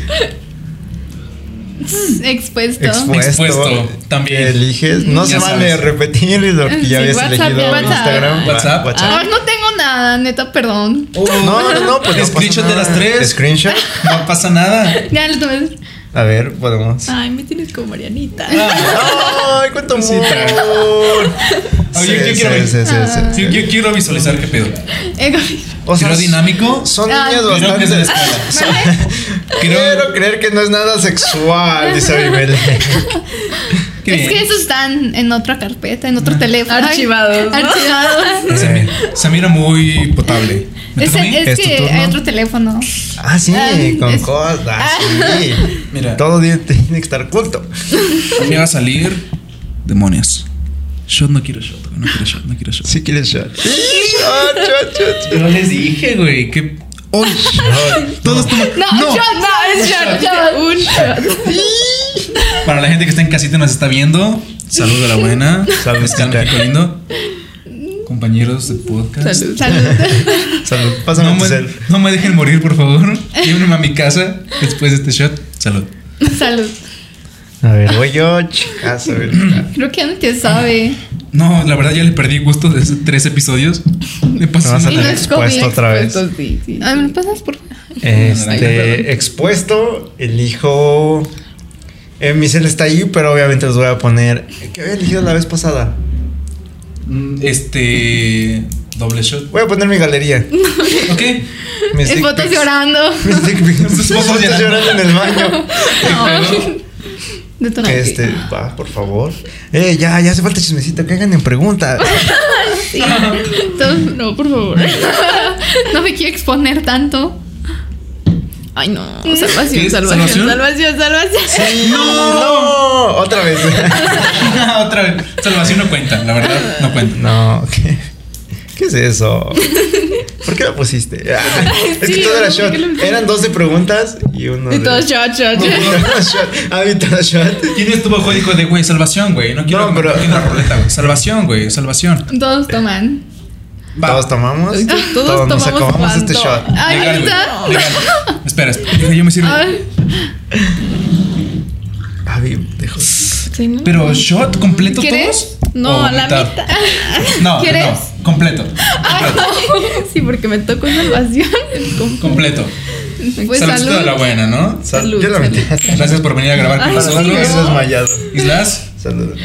Expuesto. Expuesto. Expuesto, también. ¿Qué eliges? No se Ya vale sabes. repetir lo que Sí, ya habías WhatsApp, elegido en WhatsApp. Instagram. Va, WhatsApp. Oh. Ay, Ah, no tengo nada, neta, perdón. No, no, no, pues no pasa Screenshot de nada. las tres. Screenshot. No pasa nada. Ya lo tomé. A ver, podemos. Ay, me tienes como Marianita. Ah. ¡Ay, cuánto Cosita. amor! Ay, yo- yo quiero ver. Ah. Sí, yo quiero visualizar qué pedo. Eh, (laughs) Egoísmo. O sea, Quiero dinámico. son Ah, niñas Creo que bastante... es de la escuela. son- Creo- (laughs) Quiero creer que no es nada sexual, (laughs) dice Abibel. Qué es que bien. esos están en otra carpeta, en otro teléfono. Ay, Archivados, (laughs) ¿no? Archivados. Se mira, se mira muy potable. ¿Me Es, toca a mí? es ¿Es tu que turno? hay otro teléfono. Ah, sí, Ah, con es- cosas. Ah. Sí. Mira. Todo tiene tiene que estar culto. Me va a salir demonios. Shot no quiero shot, no quiero shot, no quiero shot. Si quieres shot. Shot, shot, shot. Yo les dije, güey, que hoy todos toman. No, No. shot, no, es shot, shot. Un shot. Para la gente que está en casita y nos está viendo, salud a la buena. Salud, Mezcal chica. México lindo. Compañeros de podcast. Salud. Salud. Salud, No pásame tu me, cel. no me dejen morir, por favor. Llévenme a mi casa después de este shot. Salud. Salud. A ver, voy yo, chicas. A ver. Creo que nadie sabe. No, la verdad ya le perdí gusto desde tres episodios. Me Me pasó vas a Y tener no es COVID, expuesto otra vez. Esto sí, sí. Ay, ¿me lo pasas por Ay, perdón. Este, expuesto, elijo. Eh, mi cel está ahí, pero obviamente les voy a poner. ¿Qué había elegido la vez pasada? Mm, Este. Doble shot. Voy a poner mi galería. Ok. Pues, Mis Es dick fotos pics. llorando. (laughs) Mis dick (laughs) pics. Sus fotos Fotos llorando. llorando (laughs) en el baño. Detonante. Este, (laughs) va, por favor. Eh, ya, ya hace falta chismecito. Que hagan en pregunta. Sí. Entonces, No, por favor. (laughs) no me quiero exponer tanto. Ay, no. Salvación, ¿Qué? ¿Salvación? salvación, salvación, salvación. ¡No! Otra vez. Otra vez. Salvación no cuenta, la verdad, no cuenta. No, ¿qué, qué es eso? ¿Por qué lo pusiste? (laughs) Ah, es que Sí, todo era no sé shot. por qué lo puse. Eran 12 preguntas y (laughs) uno. Y de- todos shot, shot, shot. Todo shot. Ah, y todo shot. ¿Quién estuvo jódico de, güey, salvación, güey? No quiero, No, pero- no quiero una ruleta, güey. Salvación, güey, salvación. Todos toman. Va. Todos tomamos. Ay, nos todos tomamos acabamos este cuánto. shot. Ay, Legal, güey, ¿neta? legal. Espera, espera, yo me sirvo. Ay, Avi, dejo. Sí, ¿no? Pero shot completo ¿Quieres? todos? No, ¿O a la mitad. No, ¿Quieres? no, completo. Completo. (laughs) Sí, porque me tocó (laughs) salvación. completo. pues Saludcita de la salud. buena, ¿no? Salud, Yo la metí. Gracias por venir a grabar con Ay, Para no sí, quedarse nosotros. ¿no? desmayado. Islas, Saludos.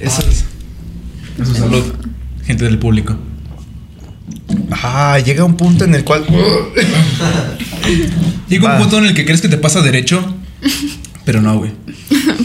Eso es. su salud. Gente del público. Ah, llega un punto en el cual. Llega Va. un punto en el que crees que te pasa derecho, pero no, güey.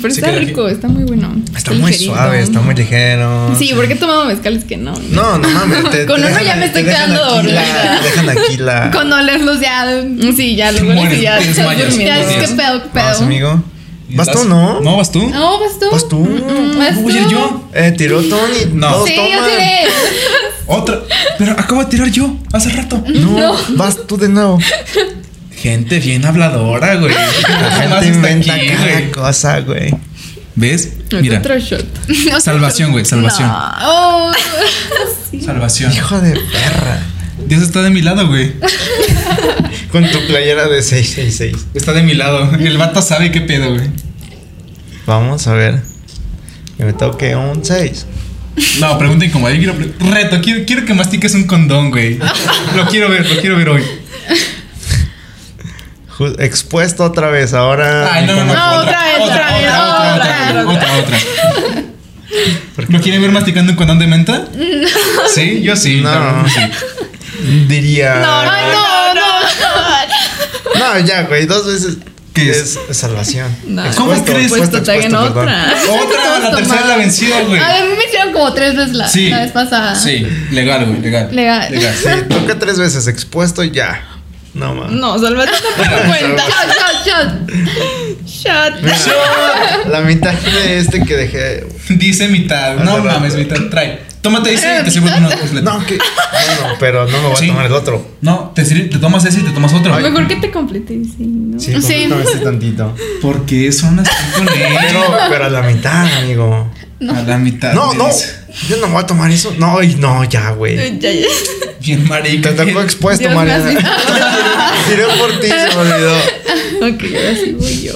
Pero Sí está queda aquí. rico, está muy bueno. Está muy ligerito. suave, está muy ligero. Sí, porque he tomado mezcales que no. No, no mames. te- (laughs) Con te uno dejan- ya me estoy te dejan quedando aquí la- dormida. Te dejan aquí (laughs) la. Con olerlos ya. Sí, ya Sí, lo bueno mueres, y ya te estás desmayas. Ya durmiendo. Así es que pedo, qué Vas, pedo. amigo. Vas Islas- tú, ¿no? No, vas tú. No, vas tú. Vas tú. Vas Voy a ir yo. Eh, tiró Tony. No. Todos Sí, yo toman. diré. Otra. Pero acabo de tirar yo hace rato. No, vas tú de nuevo. Gente bien habladora, güey. La Nada más gente está inventa aquí, cada güey. cosa, güey. ¿Ves? Es Mira. Otro shot. Salvación, güey. Salvación. Oh, Salvación. Hijo de perra. Dios está de mi lado, güey. Con tu playera de 666. Está de mi lado. El vato sabe qué pedo, güey. Vamos a ver. Que me toque un 6. No, pregunten como yo quiero. pre- Reto, quiero, quiero que mastiques un condón, güey. Lo quiero ver, lo quiero ver hoy. Ju- Expuesto otra vez, ahora. Ay, no, no, no. No, otra vez, otra vez, otra, otra, otra, otra, otra, otra. ¿Lo quieren ver masticando un condón de menta? Sí, yo sí. No. la verdad, (laughs) sí. Diría. No, ay, no, no, no. No, ya, güey, dos veces. ¿Qué es? salvación. No. Expuesto, ¿Cómo crees? Pues expuesto, te traguen expuesto, perdón. otra. Otra, la tercera es la vencida, güey. A mí me hicieron como tres veces la, Sí. la vez pasada. Sí, legal, güey, legal. Legal. (laughs) Sí, toca tres veces, expuesto ya. No mames. (laughs) No, salvación tampoco cuenta. Shot, shot, Shot. shot. Mira, La mitad de este que dejé. Dice mitad. Hace No rato. mames, mitad. Trae. Tómate ese y te sirvo uno completo. No, que. Bueno, pero no me voy Sí. a tomar el otro. No, te, sirve- te tomas ese y te tomas otro. Mejor que te complete, sí, ¿no? Sí, Sí. completamente tantito. Porque son así con él. Pero, pero a la mitad, amigo. A la mitad. No, me no. dice. Yo no me voy a tomar eso. No, y no, ya, güey. Eh, Ya, ya. Bien marica. Te tocó bien- expuesto, Dios me Mariana. (laughs) Tiré por ti, se me olvidó. Ok, ahora sí voy yo.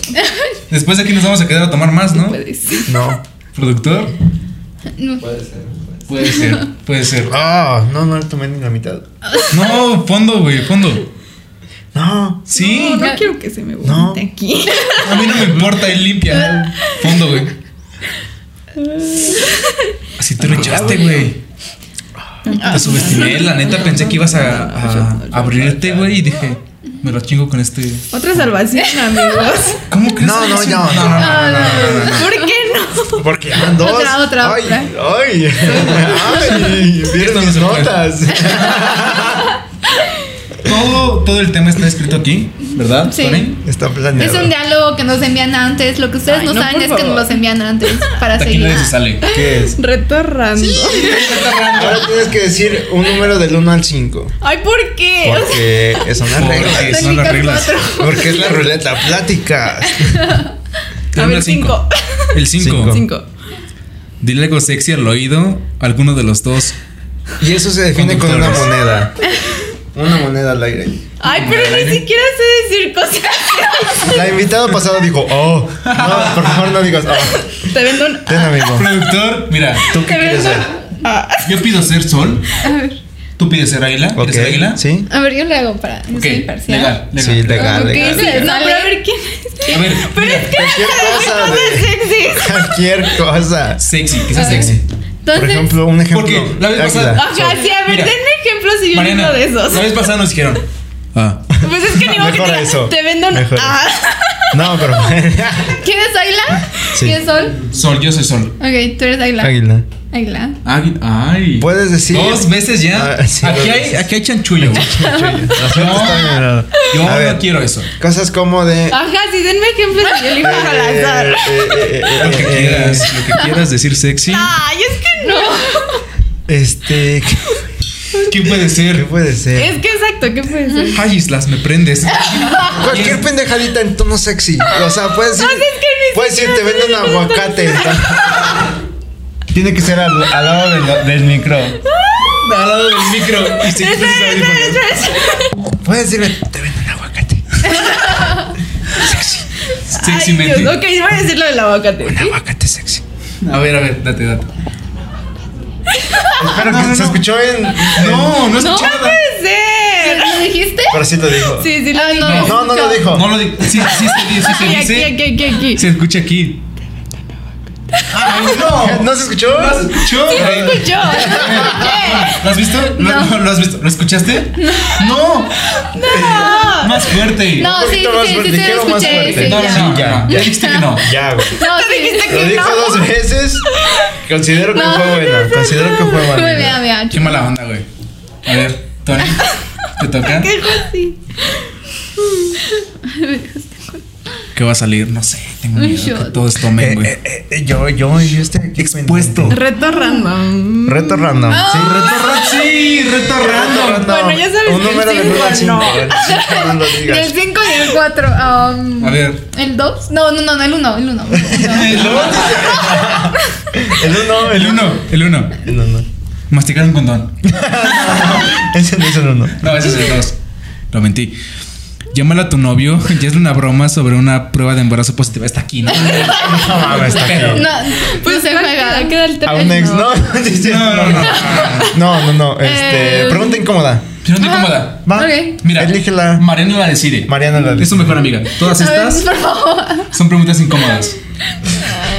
Después de aquí nos vamos a quedar a tomar más, ¿no? Puedes. No. ¿Productor? No. Puede ser, puede ser. Ah, no, no le tomé ni la mitad. No, fondo, güey, fondo. No. Sí. No, no quiero que se me volte No. aquí. A mí no me importa, él limpia. Fondo, güey. Así te lo echaste, güey. Te subestimé, la neta pensé que ibas a, a abrirte, güey, y dije, me lo chingo con este. Otra salvación, amigos. ¿Cómo crees? No, que no, es- ya, no, no, no, no, Ah. no, no, no. ¿Por qué no? Porque eran dos. Otra, otra, ay, otra. Ay, ay. Esto Vieron no mis se puede. (laughs) notas. Todo, todo el tema está escrito aquí, ¿verdad? Sí. Tony? Está Es planeado. un diálogo que nos envían antes. Lo que ustedes Ay, no, no, saben por es que nos favor. los envían antes para Hasta aquí seguir. nadie se sale. ¿Qué es? Reto random. Ahora tienes que decir un número del 1 al 5. Ay, ¿por qué? O sea, Porque es (laughs) una Porque regla. son las Técnicas reglas. Porque es la ruleta. Pláticas. A Tenemos ver, el cinco. El 5. Cinco. Dile algo sexy al oído, alguno de los dos. Y eso se define con una Conductores. moneda. Una moneda al aire. Ay, pero ni siquiera sé decir cosas. La invitada pasada dijo, oh, no, por favor no digas, oh. Te vendo un. Ten amigo. Productor, mira, tú- ¿Qué quieres ser? Ah. yo pido ser sol, A ver, tú pides ser águila, ¿quieres ser águila? Ok, ¿sí? a ver, yo le hago para. No Ok, soy imparcial. legal, legal. Sí, legal, Ok, legal. sí. No, Dale. pero a ver quién es. A ver, Pero mira, (laughs) es que Cualquier cosa, no güey. es sexy. Cualquier cosa. sexy, que sea sexy. Entonces, Por ejemplo, un ejemplo. Porque la vez pasada- Águila. Ajá, sí, a ver, Mira, denme ejemplos si yo Mariana, uno de esos. la vez pasada nos dijeron. Ah, Pues es que ni modo que Mejora te, eso. te vendo un. Mejora. Ah. (laughs) No, (laughs) pero. (laughs) ¿quién es Águila? Sí. ¿Quién es Sol? sol, yo soy sol. Ok, tú eres Águila. Águila. Águila. Águi- Ay. Puedes decir. Dos veces ya. Pues, Ah, sí, aquí, dos hay, veces. aquí hay (laughs) chanchullo. güey. Está No, bien, yo A no ver, quiero eso. Cosas como (laughs) de. Ajá, sí, denme ejemplos si yo elijo al azar. eh, eh, eh, eh, Lo que eh, quieras, lo que quieras decir (laughs) sexy. Ay, es que no. Este. ¿qué- ¿Qué puede ¿Qué ser? puede ser? Es que exacto, ¿qué puede ser? Ay, Islas, me prendes. Cualquier pendejadita en tono sexy. O sea, puedes decir. O sea, es que ni puedes decir, te siquiera vendo un sé de qué aguacate. (laughs) Tiene que ser al, al lado del, del micro. Al lado del micro. Y se Espera, quitas el espera, audífono. espera, espera. Puedes decirle, te vendo un aguacate. Sexy Ay, Dios, mente. Ok, voy a decir lo del aguacate. Un aguacate sexy. A ver, a ver, date, date. Espero que se escuchó en. No, no es ¡No puede ser! ¿Lo dijiste? Pero sí lo dijo. Sí, sí, lo Ah, digo. no. No, no lo dijo. No lo digo. Sí, sí, se dice, sí, Ay, se aquí, dice. aquí, aquí, aquí. Se escucha aquí. Ay, no. ¿No se escuchó? ¿Lo has escuchado? Yo. ¿Lo has visto? ¿Lo, No. ¿Lo has visto? ¿Lo escuchaste? No. Eh, No. Más fuerte. No, Un sí, poquito más sí, sí, fuerte, sí, sí, quiero lo más escuché. fuerte. Sí, No, no, ya. no, Sí, ya, no. ya. Ya dijiste que no. Ya, güey. No, sí. Lo dijo dos veces. Considero que No, fue buena. Considero que fue Eh, Muy bien, buena. mira, Qué mala onda, güey. A ver, Tony, ¿te toca? Qué (laughs) así. ¿Qué va a salir? No sé. Tengo Un miedo que shot. todos Eh, tomen, güey. yo, yo, yo estoy aquí Expuesto. Reto random. Reto random. Sí, reto random. Sí, reto Reto random. random. Bueno, ya sabes Un que el número del cinco 1 al 5. no. No lo Del digas. 5 y el 4. A (laughs) ver. ¿El 2? No, no, no, no, el 1. El 1. El 1, El uno, el uno. El 1. Masticar un condón. (laughs) Ese no es el 1. No, ese es el 2. Lo mentí. Llámala a tu novio. (laughs) Ya es una broma sobre una prueba de embarazo positiva. Está aquí, (laughs) ¿no? No mames, Ah, está aquí. No, pues se ¿cuál juega. queda? Queda el A tres, un ex, ¿no? no. Sí, sí, No, no, no. No, no, no. Este, Eh, pregunta incómoda. Si Ah. no te incómoda. Va. Ok. Mira, Elígela. Mariana la decide. Mariana la Es su decide. mejor amiga. Todas A ver, estas por favor. son preguntas (laughs) incómodas.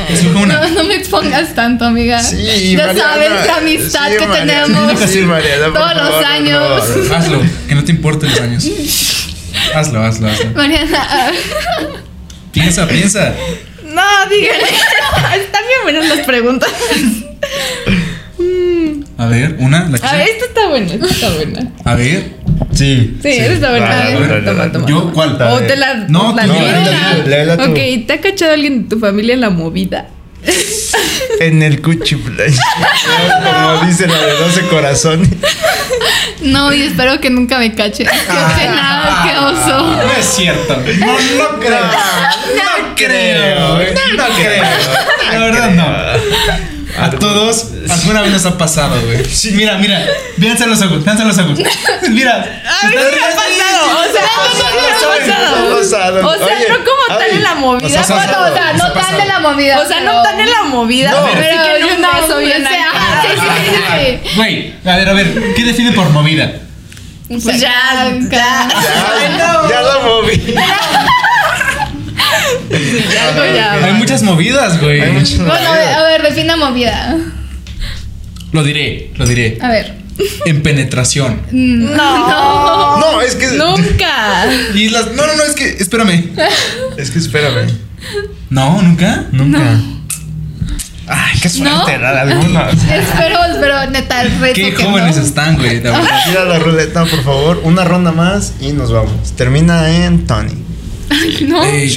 Es una. No, no me expongas tanto, amiga. Sí, ya Mariana. sabes la amistad Sí, que Mariana. tenemos. Sí, Mariana, por todos favor, los por años. favor. Hazlo, que no te importen los años. Hazlo, hazlo, hazlo. Mariana, ah, Piensa, piensa. No, dígale. (laughs) Están bien buenas las preguntas. A ver, una, la que A sea. ver, esta está buena, esta está buena. A ver. Sí. Sí, esta está buena. Va, A va, ver, va, va, toma, va. toma. ¿Yo cuál? O te la. No, la no, leo. léela tú, léela tú. Ok, ¿te ha cachado alguien de tu familia en la movida? En el cuchiplay. Como dice la de 12 corazones. no, y espero que nunca me cache. Qué pena, qué oso. No es cierto. No, no creo. No creo. ¿eh? güey. No creo. La verdad, no. A todos, alguna vez nos ha pasado, güey. Sí, mira, mira. Véanse a los ojos, véanse a los ojos. Mira. A mí sí me ha pasado. O sea, no, no, no, no, no, no, no, no, no, O sea, oye, no como tal ay, en la O movida. sea, Nos ha o sea, pasado, nos no ha tan de la pasado. movida. O sea, no tan en la movida, No. pero sí que Pero en un una beso bien una- sea. Ah, (laughs) Sí, sí, sí, sí, sí. Güey, a ver, a ver. ¿Qué define por movida? Pues ya, Ay, Ya la moví. ya, no, ya. Hay muchas movidas, güey. Hay mucho- Bueno, a ver, a ver, defina movida. Lo diré, lo diré. A ver. En penetración. No. No, es que. Nunca. Islas. No, no, no, es que. Espérame. Es que espérame. No, nunca. Nunca. Ay, qué suerte, No. la de alguna. Espero, espero, neta, reto Qué que jóvenes no. están, güey. la verdad. Tira la ruleta, por favor. Una ronda más y nos vamos. Termina en Tony. No. Ey,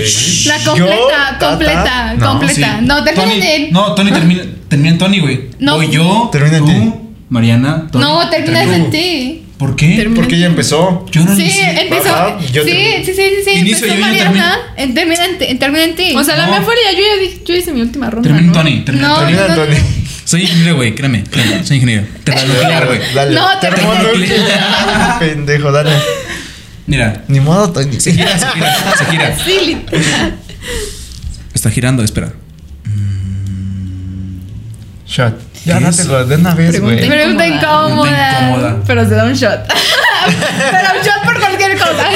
La Yo, completa, Tata. completa, No, completa. sí. No, termina Tony- en él. No, Tony termina, termina en Tony, güey. No. O yo, Termina en tú, ti. Mariana, Tony. No, terminas Termina- en ti. ¿Por qué? Termina- Porque ella empezó. Yo no Sí, eh, sé. empezó. Ajá, yo Sí, termino. sí, sí, sí, sí. Inicio Empezó yo, yo Mariana. en- Termina en ti. en- Termina en ti. O sea, la No. mía fue ya yo ya dije, yo hice mi última ronda. Termina en ¿no? Tony. Termina en No, Tony. Termina en no, no. Tony. Soy ingeniero, güey. Créeme, créeme. Soy ingeniero. Termonuclear, güey. Dale. No, te- Termonuclear. Pendejo, dale. Mira. Ni modo, Tony. Se gira, se gira, se gira. Sí, literal. Está girando, espera. Shot. Ya ¿Qué no es? te lo de una vez, Pregunta güey. Pregunta Pregunta incómoda. incómoda. Pero se da un shot. Pero yo por (laughs) cualquier cosa.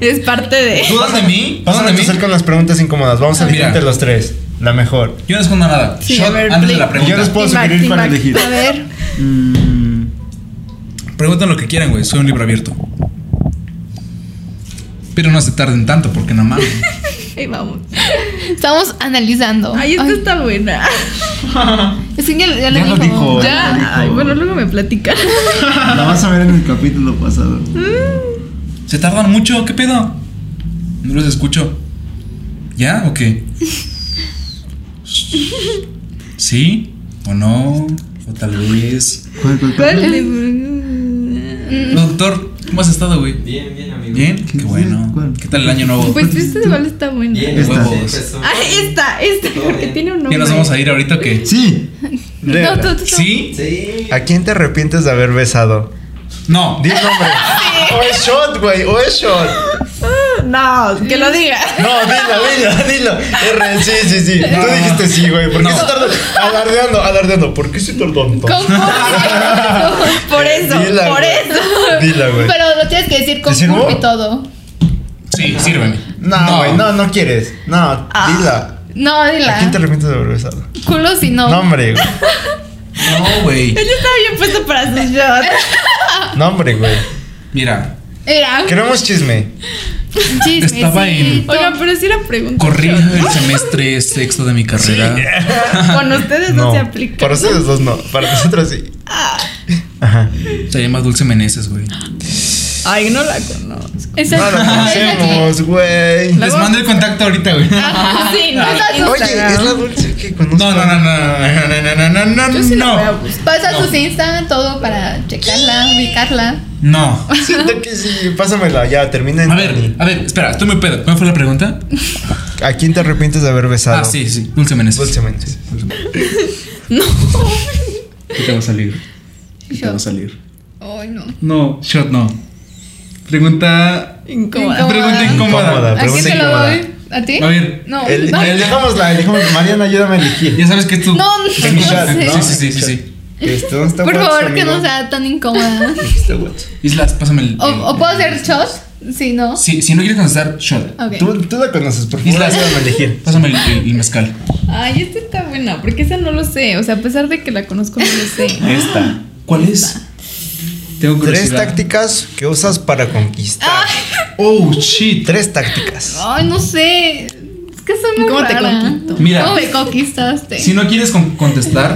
Es parte de. ¿Dudas de mí? Vamos ¿Dudas a de mí? Ah, empezar con las preguntas incómodas. Vamos a Mira. elegir entre los tres. La mejor. Yo no escondo nada. Sí, Shot a ver, antes de la please. pregunta. Yo les puedo Team back, sugerir team para back. elegir. A ver, Mm, Preguntan lo que quieran, güey. Soy un libro abierto. Pero no se tarden tanto porque nada más. Ahí vamos. estamos analizando. Ay, esta Ay, está buena. es que ya, ya Ya lo lo dijo. dijo. Ay, ya. lo dijo. Ay, bueno, luego me platican. la vas a ver en el capítulo pasado. ¿Se tardan mucho? ¿Qué pedo? No los escucho. ¿Ya o qué? ¿Sí? ¿O no? ¿O tal vez? ¿Cuál, cuál, cuál? No, doctor, ¿cómo has estado, güey? Bien, bien, amigo. ¿Bien? ¿Qué Qué bueno. cuál? ¿Qué tal el año nuevo? Pues esta igual está buena. Bien, Esta. huevos. Empezó. Ah, esta, esta, porque tiene un nombre. ¿Ya nos vamos a ir ahorita o qué? Sí. No, Léela. tú, tú, tú. ¿Sí? Sí. ¿A quién te arrepientes de haber besado? No. Di el nombre. O es shot, güey. O es shot. No, Ah, que lo diga. No, dilo, dilo, dilo. R, sí, sí, sí. Tú No. dijiste sí, güey. ¿Por qué No. se tardó? Alardeando, alardeando. ¿Por qué se tardó tanto? Eh, Con público. (laughs) Por eso, Dila, por güey. eso. Dila, güey. (laughs) Pero lo tienes que decir con ¿Te sirvo? pulpo y todo. Sí, sírveme. No, güey, no, no quieres. No, dila. No, ¿A quién te dila. arrepientes de haber besado? Culo si no. Nombre, güey. No, güey. Ella estaba bien puesto para sus shots. Nombre, güey. Mira, Era Queremos chisme. un chisme. Estaba en- Oigan, pero si era pregunta. corrí el semestre sexto de mi carrera. Con ustedes no, se aplica. Para ustedes dos no. Para (laughs) nosotros sí. Ajá. Se llama Dulce Meneses, güey. Ay, no la conozco. Esa No lo esa que- conocemos, güey. Les mando el contacto ahorita, güey. (laughs) Sí, no. Esa es Oye, es la dulce que conozco. No, no, no, no, no, no, no, no, no, Yo sí la voy a no, buscar. Pasa sus Insta, todo para checarla, ubicarla. no. Siento que sí. Pásamela, ya, termina en. A ver, a ver, espera, estoy muy pedo. ¿Cuál fue la pregunta? ¿A quién te arrepientes de haber besado? Ah, sí, sí, Dulce Meneses. Dulcemente. ¿Qué te va a salir? ¿Qué Shot. salir? Ay, no. No, shot no. Pregunta. Incómoda. Pregunta incómoda. Incómoda. La ¿A pregunta quién te lo incómoda. doy? ¿A ti? A ver. No. El, no. el- dejámosla, dejamos- Mariana, ayúdame a elegir. Ya sabes que tú. No, no, Es mi no shot, sé. Sí, sí, sí, sí, sí. Este, ¿dónde está Por Watts, favor, que amigo? no sea tan incómoda. Este, Watts. Islas, pásame el. ¿O, o puedo hacer shot? Sí, ¿no? Si, si no quieres contestar, shot. Ok. Tú, tú la conoces, por favor, Islas. ayúdame a elegir. Pásame el, el- el mezcal. (laughs) Ay, esta está buena, porque esa no lo sé. O sea, a pesar de que la conozco, no lo (laughs) Ah. sé. Esta. ¿Cuál es? Tengo Tres curiosidad. tácticas que usas para conquistar. Oh, shit. Tres tácticas. Ay, no sé. Es que soy muy ¿Cómo te rara. conquistó? Mira. ¿Cómo me conquistaste? Si no quieres con- (laughs) contestar,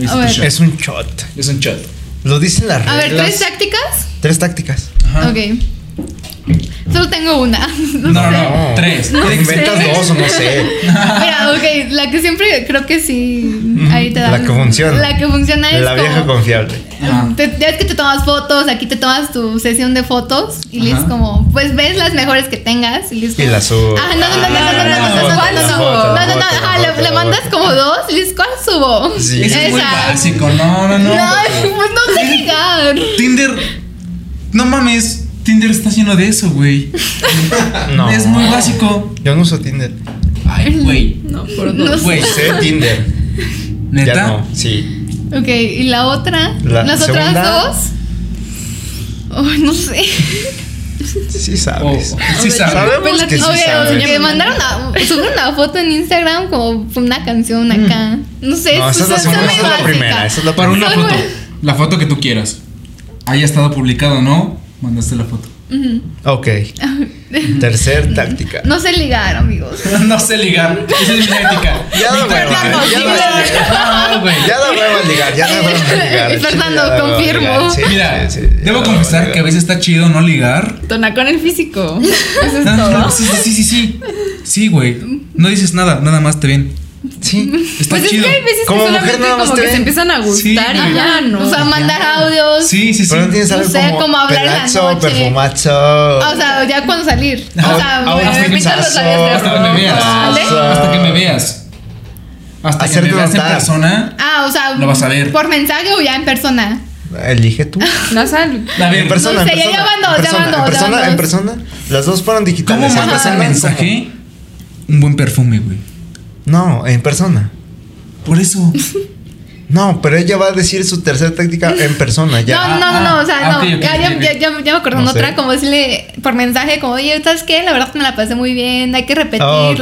es, A tu ver. shot. Es un shot. es un shot. Lo dicen las reglas. A ver, ¿tres tácticas? Tres tácticas. Ajá. Ok. Solo tengo una. (laughs) No, No, no, sé. no. Tres. Te Tiene que ser- Inventas dos o no sé. Mira, ok, la que siempre creo que sí. Ahí te La dan- que funciona. La que funciona es. La vieja como- confiable. Ajá. Te- ya es que te tomas fotos, aquí te tomas tu sesión de fotos y le Ajá. es como, pues ves las mejores que tengas y le es Y como- las subes. Ah, no, no, no, no, no, no, no, no, no, no, ¿Cuál no, no, subo? no, no, La no, no, foto, la ajá, le- foto, le la mandas foto. como dos y le es, ¿cuál subo? Sí. Eso es muy Esa. básico. No, no, no. No, pues no sé ligar. Tinder. No mames. Tinder está lleno de eso, güey. (laughs) No. Es muy básico. Yo no uso Tinder. Ay, güey. No, por No dos. Güey, Sé Tinder. neta. Ya no. Sí. Ok, y la otra, La las segunda. otras dos. Ay, no sé. Sí Oh, sabes. sí sabe. Sabemos que sí Oye, sabes. que mandaron una, subieron una foto en Instagram como una canción acá. No sé, No, esa es la son- son segunda, muy esa es la básicas. primera. Esa es la Para una Soy foto. buena. La foto que tú quieras. Haya estado publicado, ¿no? Mandaste la foto. (laughs) (laughs) Ok. Tercer táctica. No sé ligar, amigos. No sé ligar. Esa es mi táctica. (laughs) Ya da Mi hueva, táctica. ya da No, güey. Ya da hueva ligar, ya da (laughs) hueva ligar. Y Fernando, Sí, ya da hueva confirmo. ligar, sí, Mira, sí, sí, ya debo da confesar hueva que a veces está chido no ligar. Tona con el físico. Eso es Ah, todo. no, sí, sí, sí, sí, sí. Sí, güey. No dices nada, nada más te ven. ligar. Sí. Está Pues es chido. que hay veces Como que mujer solamente nada más como te que ven. se empiezan a gustar Sí, y güey. ya no. O sea, mandar audios. Sí, sí, sí. Pero no tienes No algo sé, como, como hablar en la pelazo, noche. perfumazo. Ah, O sea, ya cuando salir. O Ah, sea, ah, me- hasta me que pintan los labios de Hasta que me rojo. veas. ¿Vale? Hasta que me veas. Hasta que Hacerte me veas en notar. persona. Ah, o sea, Lo vas a ver. por mensaje o ya en persona. Elige tú. Nasal. A ver, En persona, No sé, en ya persona. llamando, en persona, llamando, en persona, llamando. en persona. Las dos fueron ¿cómo digitales. En mandas persona, el ¿cómo? mensaje? Un buen perfume, güey. No, en persona. (laughs) Por eso. No, pero ella va a decir su tercera táctica en persona ya. No, no, no, no, o sea, Ah, no. ok, ok, ya, ya- ok. ya- ya- ya me acordé No de otra, sé. como decirle por mensaje, como, oye, ¿sabes qué? La verdad me la pasé muy bien, hay que repetirlo. Ok,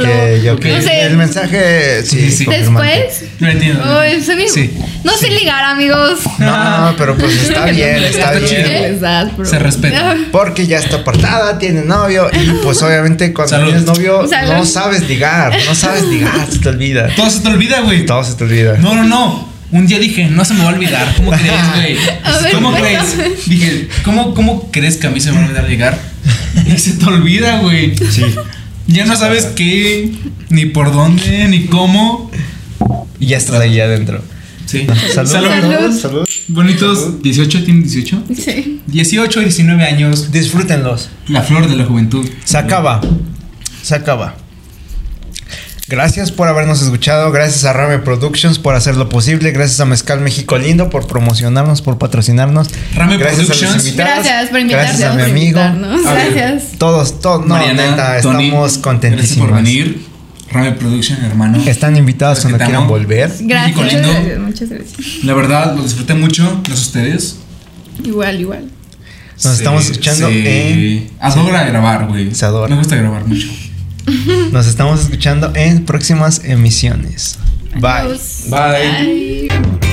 ok. No sé. El mensaje, sí, Sí, sí. confirmante. Después, No entiendo. uy, soy mi- Sí. no sé ligar, amigos. No, pero pues (laughs) está bien, está Está chido. bien. Les das, bro. Se respeta. Porque ya está apartada, tiene novio y pues obviamente cuando Salud. tienes novio Salud. no sabes ligar, no sabes ligar, se te olvida. Todo se te olvida, güey. Todo se te olvida. No, no, no. Un día dije, no se me va a olvidar. ¿Cómo crees, güey? A ver, ¿Cómo cuéntame. crees? Dije, ¿cómo, ¿cómo crees que a mí se me va a olvidar llegar? (laughs) Y se te olvida, güey. Sí. Ya no sabes qué, ni por dónde, ni cómo. Y ya estás ahí adentro. Sí. Salud. Salud. Salud. Bonitos. 18, ¿tienen 18? (laughs) Sí. 18, 19 años. Disfrútenlos. La flor de la juventud. Se acaba. Se acaba. Gracias por habernos escuchado, gracias a Rame Productions por hacerlo posible, gracias a Mezcal México Lindo por promocionarnos, por patrocinarnos. Rame gracias A Productions. los invitados, Gracias por invitarnos. Gracias a mi amigo. Invitarnos. A ver. Gracias. Todos, todos, no, Mariana, neta, Tony, estamos Gracias por contentísimos. venir. Rame Production, hermano. Están invitados Los cuando que te quieran amo. volver. Gracias, México lindo. gracias, muchas gracias. La verdad, lo disfruté mucho. Los ustedes. Igual, igual. Nos estamos escuchando en- Adora grabar, güey. Se adora. Me gusta grabar mucho. Nos estamos escuchando en próximas emisiones. Bye. Adiós. Bye. Bye.